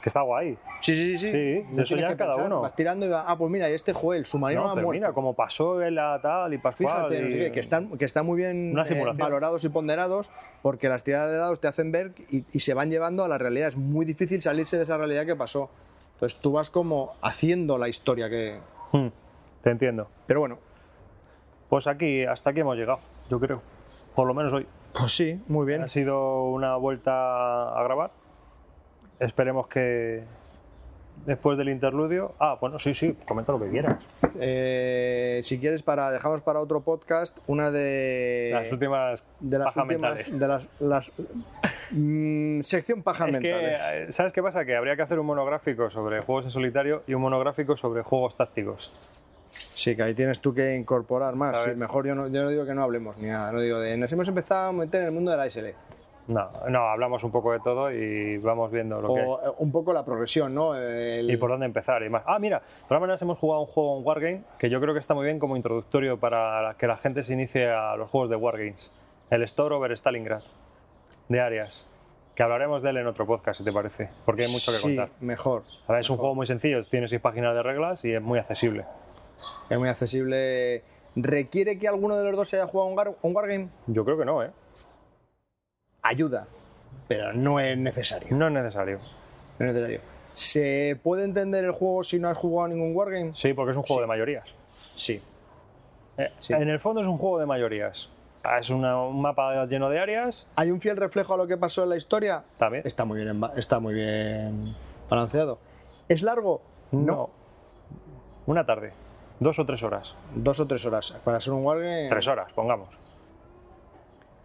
Que está guay. Sí, sí, sí. Sí, No eso tienes ya que cada uno. Vas tirando y va, ah, pues mira, este juego, el submarino No, va pero mira, muerto. como pasó en la tal y pasó. Fíjate, no sé qué, que, están, que están muy bien Una eh, simulación. valorados y ponderados porque las tiradas de dados te hacen ver y, y se van llevando a la realidad. Es muy difícil salirse de esa realidad que pasó. Entonces tú vas como haciendo la historia que... Hmm, Te entiendo. Pero bueno, Pues aquí, hasta aquí hemos llegado, yo creo. Por lo menos hoy. pues sí, muy bien. Ha sido una vuelta a grabar. Esperemos que después del interludio. Ah, bueno, sí, sí, comenta lo que quieras. Eh, si quieres, para dejamos para otro podcast una de... Las últimas de las pajas últimas... mentales. De las... las- mm, sección paja Es que, mentales. eh, ¿sabes qué pasa? Que habría que hacer un monográfico sobre juegos en solitario y un monográfico sobre juegos tácticos. Sí, que ahí tienes tú que incorporar más. ¿Sabes? Sí, mejor yo no, yo no digo que no hablemos ni nada. No digo de. Nos hemos empezado a meter en el mundo de la E". SL. No, no, hablamos un poco de todo y vamos viendo lo que hay. O eh, un poco la progresión, ¿no? El- Y por dónde empezar y más. Ah, mira, de todas maneras hemos jugado un juego en Wargame que yo creo que está muy bien como introductorio para que la gente se inicie a los juegos de Wargames. El Store over Stalingrad, de Arias. Que hablaremos de él en otro podcast, si te parece. Porque hay mucho que sí, contar. mejor. Ahora, es un mejor. juego muy sencillo, tiene seis páginas de reglas y es muy accesible. Es muy accesible. ¿Requiere que alguno de los dos haya jugado un, gar- un wargame? Yo creo que no, ¿eh? Ayuda, pero no es necesario. No es necesario. No es necesario. ¿Se puede entender el juego si no has jugado ningún wargame? Sí, porque es un juego de mayorías. Sí. Eh, Sí. En el fondo es un juego de mayorías. Ah, Es una- un mapa lleno de áreas. ¿Hay un fiel reflejo a lo que pasó en la historia? También. Está muy bien, en ba- está muy bien balanceado. ¿Es largo? No. Una tarde. Dos o tres horas. Dos o tres horas. Para ser un wargame. Tres horas, pongamos.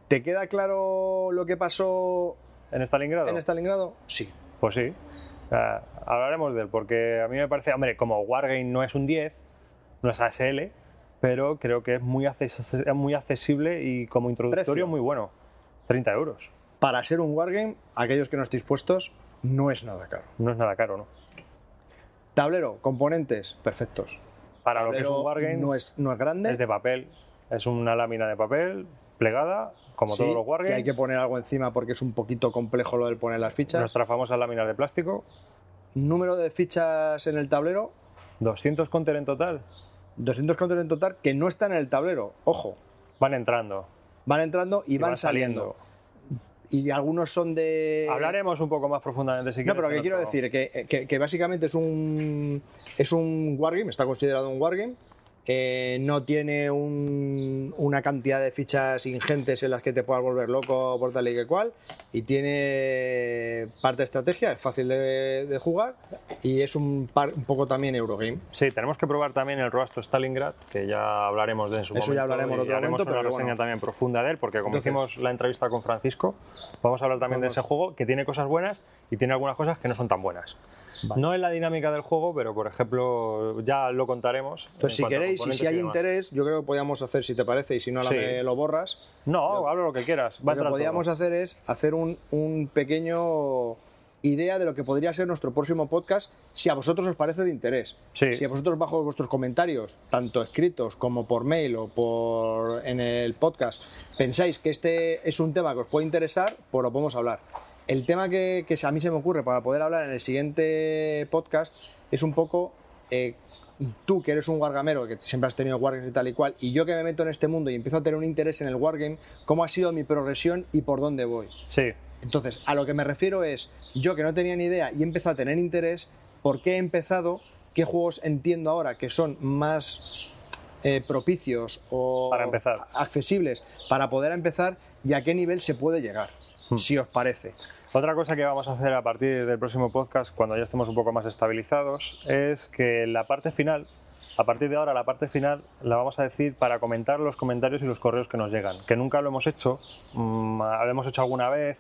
¿Te queda claro lo que pasó ¿En Stalingrado? en Stalingrado? Sí. Pues sí. Eh, hablaremos de él, porque a mí me parece, hombre, como Wargame no es un 10, no es ASL, pero creo que es muy, acces- es muy accesible y como introductorio Precio. muy bueno. 30 euros. Para ser un wargame, aquellos que no estéis puestos, no es nada caro. No es nada caro, ¿no? Tablero, componentes, perfectos. Para lo que es Tablero un Wargame, no es, no es grande. es de papel. Es una lámina de papel plegada, como Sí, todos los que hay que Wargames. poner algo encima porque es un poquito complejo lo del poner las fichas. Nuestras famosas láminas de plástico. Número de fichas en el tablero, 200 counter en total. 200 counters en total que no están en el tablero. Ojo, Van entrando. van entrando y, Y van, van saliendo. Y algunos son de... Hablaremos un poco más profundamente si Eh, No, quieres. pero en que el quiero juego. decir que, eh, que- que básicamente es un es un wargame, está considerado un wargame. eh, no tiene un- una cantidad de fichas ingentes en las que te puedas volver loco por tal y que cual. Y tiene parte de estrategia, es fácil de, de jugar y es un, par- un poco también Eurogame. Sí, tenemos que probar también el rostro Stalingrad, que ya hablaremos de en su Eso momento. ya hablaremos en y otro haremos momento, una pero reseña bueno. también profunda de él, porque como Entonces- hicimos la entrevista con Francisco, vamos a hablar también Vamos. de ese juego que tiene cosas buenas y tiene algunas cosas que no son tan buenas. Vale. No es la dinámica del juego, pero por ejemplo, ya lo contaremos. en Entonces, si cuanto a queréis y componentes si hay demás. interés, yo creo que podíamos hacer, si te parece, y si no, ahora Sí. me lo borras. No, habla lo que quieras. Va a Lo que entrar podíamos todo. hacer es hacer un, un pequeño idea de lo que podría ser nuestro próximo podcast si a vosotros os parece de interés. Sí. Si a vosotros bajo vuestros comentarios, tanto escritos como por mail o por en el podcast, pensáis que este es un tema que os puede interesar, pues lo podemos hablar. El tema que, que a mí se me ocurre para poder hablar en el siguiente podcast es un poco eh, tú que eres un wargamero, que siempre has tenido wargames y tal y cual, y yo que me meto en este mundo y empiezo a tener un interés en el wargame, ¿cómo ha sido mi progresión y por dónde voy? Sí, Entonces, a lo que me refiero es, yo que no tenía ni idea y empecé a tener interés, ¿por qué he empezado? ¿Qué juegos entiendo ahora que son más eh, propicios o Para empezar. a- accesibles para poder empezar y a qué nivel se puede llegar? Hmm. Si os parece. Otra cosa que vamos a hacer a partir del próximo podcast, cuando ya estemos un poco más estabilizados, es que la parte final, a partir de ahora la parte final, la vamos a decir para comentar los comentarios y los correos que nos llegan, que nunca lo hemos hecho, mm, lo hemos hecho alguna vez,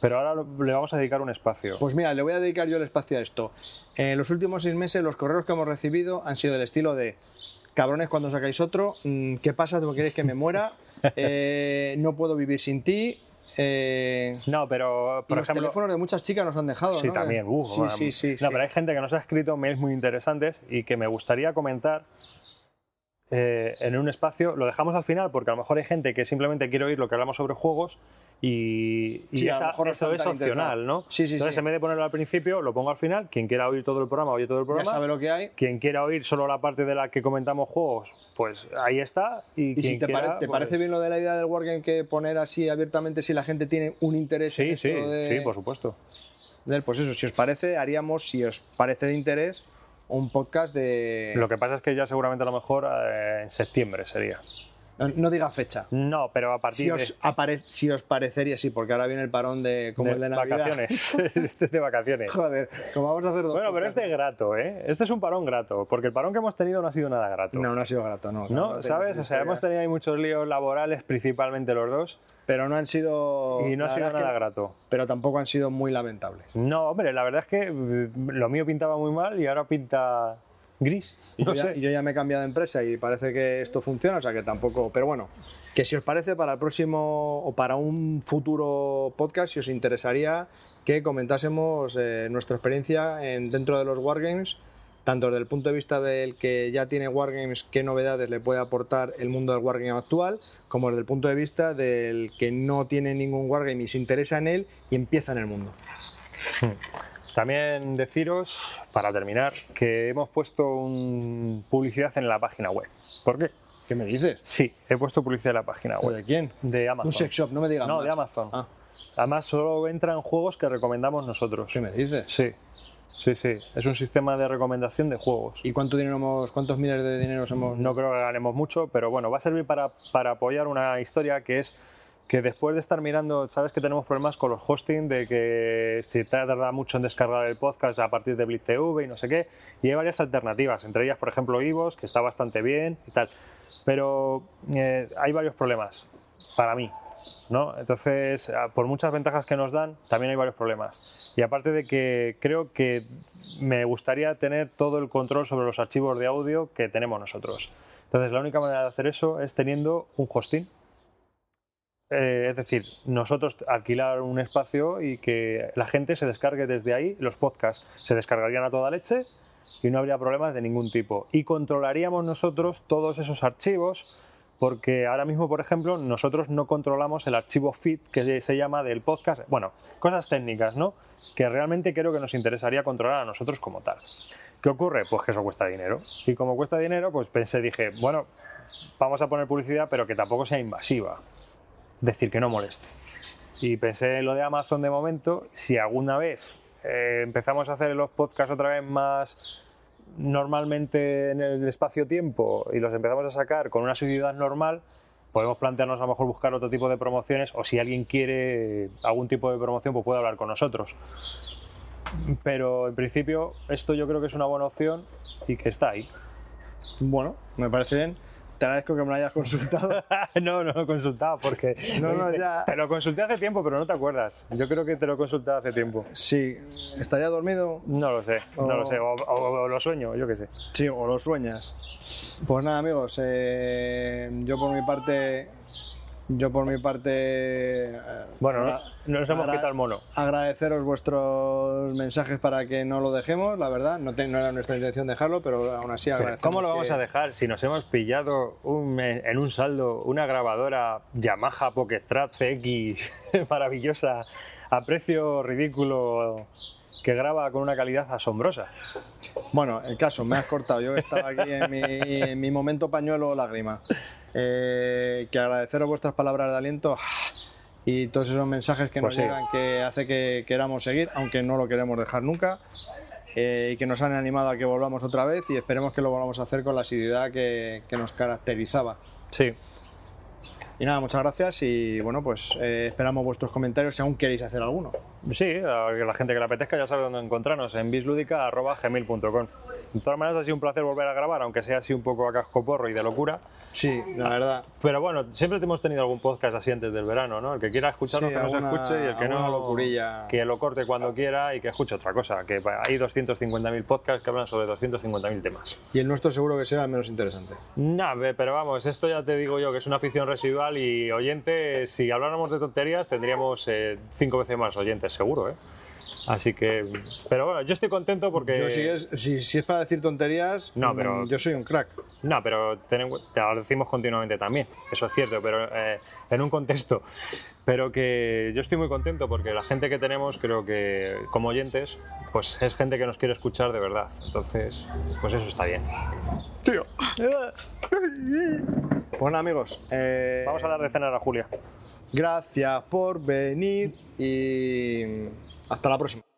pero ahora lo- le vamos a dedicar un espacio. Pues mira, le voy a dedicar yo el espacio a esto. En los últimos seis meses los correos que hemos recibido han sido del estilo de cabrones cuando sacáis otro, mm, ¿qué pasa? ¿Tú queréis que me muera? Eh, no puedo vivir sin ti. Eh, No, pero Y por los ejemplo, teléfonos de muchas chicas nos han dejado. Sí, ¿no? también. uf, sí, man. sí, sí, No, sí. pero hay gente que nos ha escrito mails muy interesantes y que me gustaría comentar eh, en un espacio. Lo dejamos al final porque a lo mejor hay gente que simplemente quiere oír lo que hablamos sobre juegos y, y Sí, a lo esa- mejor no eso están es tan opcional, interesados. ¿no? Sí, sí, Entonces, sí. en vez de ponerlo al principio, lo pongo al final. Quien quiera oír todo el programa, oye todo el Ya programa. sabe lo que hay. Quien quiera oír solo la parte de la que comentamos juegos, pues ahí está. Y, Y si quien te, quiera, pare- te pues- parece bien lo de la idea del Wargame que poner así abiertamente si la gente tiene un interés en Sí, esto sí, de- sí, por supuesto. del- pues eso, si os parece, haríamos, si os parece de interés, un podcast de... Lo que pasa es que ya seguramente a lo mejor eh, en septiembre sería. No, no diga fecha. No, pero a partir Si de... os, apare- si os parecería, sí, porque ahora viene el parón de como de el de Navidad. vacaciones. este es de vacaciones. Joder, como vamos a hacer dos Bueno, pero podcasts- este es grato, ¿eh? Este es un parón grato, porque el parón que hemos tenido no ha sido nada grato. No, no ha sido grato, no. ¿No? Claro, ¿Sabes? tenemos O sea, historia. hemos tenido ahí muchos líos laborales, principalmente los dos, Pero no han sido... y no ha Oh, la sido verdad es que- nada grato. Pero tampoco han sido muy lamentables. No, hombre, la verdad es que mm, lo mío pintaba muy mal y ahora pinta gris. Y No yo, ya, sé. y yo ya me he cambiado de empresa y parece que esto funciona, o sea que tampoco. Pero bueno, que si os parece para el próximo o para un futuro podcast, si os interesaría que comentásemos eh, nuestra experiencia en, dentro de los Wargames, tanto desde el punto de vista del que ya tiene Wargames, qué novedades le puede aportar el mundo del Wargame actual, como desde el punto de vista del que no tiene ningún Wargame y se interesa en él y empieza en el mundo. También deciros, para terminar, que hemos puesto un- publicidad en la página web. ¿Por qué? ¿Qué me dices? Sí, he puesto publicidad en la página ¿O web. de quién? De De Un Amazon. sex shop, no me digas No, más. de Amazon. Ah, Además, solo entran juegos que recomendamos nosotros. ¿qué me dices? Sí, sí, sí. Es un sistema de recomendación de juegos. ¿Y cuánto dinero hemos, cuántos miles de dineros hemos? No creo que ganemos mucho, pero bueno, va a servir para, para apoyar una historia que es que después de estar mirando, sabes que tenemos problemas con los hosting, de que si tarda mucho en descargar el podcast a partir de Blitz TV y no sé qué, y hay varias alternativas, entre ellas, por ejemplo, Ivos, que está bastante bien y tal, pero eh, hay varios problemas para mí, ¿no? Entonces, ah, por muchas ventajas que nos dan, también hay varios problemas. Y aparte de que creo que me gustaría tener todo el control sobre los archivos de audio que tenemos nosotros. Entonces, la única manera de hacer eso es teniendo un hosting. Eh, es decir, nosotros alquilar un espacio y que la gente se descargue desde ahí los podcasts. Se descargarían a toda leche y no habría problemas de ningún tipo. Y controlaríamos nosotros todos esos archivos porque ahora mismo, por ejemplo, nosotros no controlamos el archivo feed que se llama del podcast. Bueno, cosas técnicas, ¿no? Que realmente creo que nos interesaría controlar a nosotros como tal. ¿Qué ocurre? Pues que eso cuesta dinero. Y como cuesta dinero, pues pensé, dije, bueno, vamos a poner publicidad, pero que tampoco sea invasiva. Decir, que no moleste. Y pensé en lo de Amazon de momento. Si alguna vez eh, empezamos a hacer los podcasts otra vez más normalmente en el espacio-tiempo y los empezamos a sacar con una ciudad normal, podemos plantearnos a lo mejor buscar otro tipo de promociones o si alguien quiere algún tipo de promoción, pues puede hablar con nosotros. Pero en principio esto yo creo que es una buena opción y que está ahí. Bueno, me parece bien. Te agradezco que me lo hayas consultado. no, no lo he consultado porque No, no, ya- te lo consulté hace tiempo, pero no te acuerdas. Yo creo que te lo he consultado hace tiempo. Sí, ¿estaría dormido? No lo sé, no lo O- sé, o, o- o lo sueño, yo qué sé. Sí, o lo sueñas. Pues nada, amigos, eh, yo por mi parte. Yo por mi parte. eh, Bueno, agra- no- nos hemos agra- quitado el mono. Agradeceros vuestros mensajes para que no lo dejemos, la verdad. No, te- no era nuestra intención dejarlo, pero aún así Pero, agradecemos. ¿Cómo lo vamos que- a dejar si nos hemos pillado un mes- en un saldo una grabadora Yamaha Pocket Track CX maravillosa a precio ridículo que graba con una calidad asombrosa? Bueno, el caso, me has cortado. Yo estaba aquí en mi, en mi momento pañuelo o lágrima. Eh, que agradeceros vuestras palabras de aliento ah, y todos esos mensajes que Pues nos sí. llegan que hace que queramos seguir, aunque no lo queremos dejar nunca. eh, y que nos han animado a que volvamos otra vez y esperemos que lo volvamos a hacer con la asiduidad que, que nos caracterizaba. Sí, Y nada, muchas gracias y bueno, pues eh, esperamos vuestros comentarios si aún queréis hacer alguno. sí, a la gente que le apetezca ya sabe dónde encontrarnos, en bisludica.gmail.com. De todas maneras ha sido un placer volver a grabar, aunque sea así un poco a casco porro y de locura. Sí, la verdad. Pero bueno, siempre hemos tenido algún podcast así antes del verano, ¿no? El que quiera escucharnos Sí, que nos alguna- escuche y el que alguna no locurilla. que lo corte cuando quiera y que escuche otra cosa, que pa- hay 250.000 podcasts que hablan sobre 250.000 temas. Y el nuestro seguro que será el menos interesante. Nah, ve, pero vamos, esto ya te digo yo que es una afición residual y oyente, si habláramos de tonterías tendríamos eh, cinco veces más oyentes, seguro, ¿eh? Así que, pero bueno, yo estoy contento porque... Yo, si, es, si- si es para decir tonterías, No, mm, pero- yo soy un crack. No, pero ten en cu- te lo decimos continuamente también, eso es cierto, pero eh, en un contexto. Pero que yo estoy muy contento porque la gente que tenemos, creo que como oyentes, pues es gente que nos quiere escuchar de verdad. Entonces, pues eso está bien. Tío. Bueno, Pues amigos, eh, Vamos a dar de cenar a Julia. gracias por venir y hasta la próxima.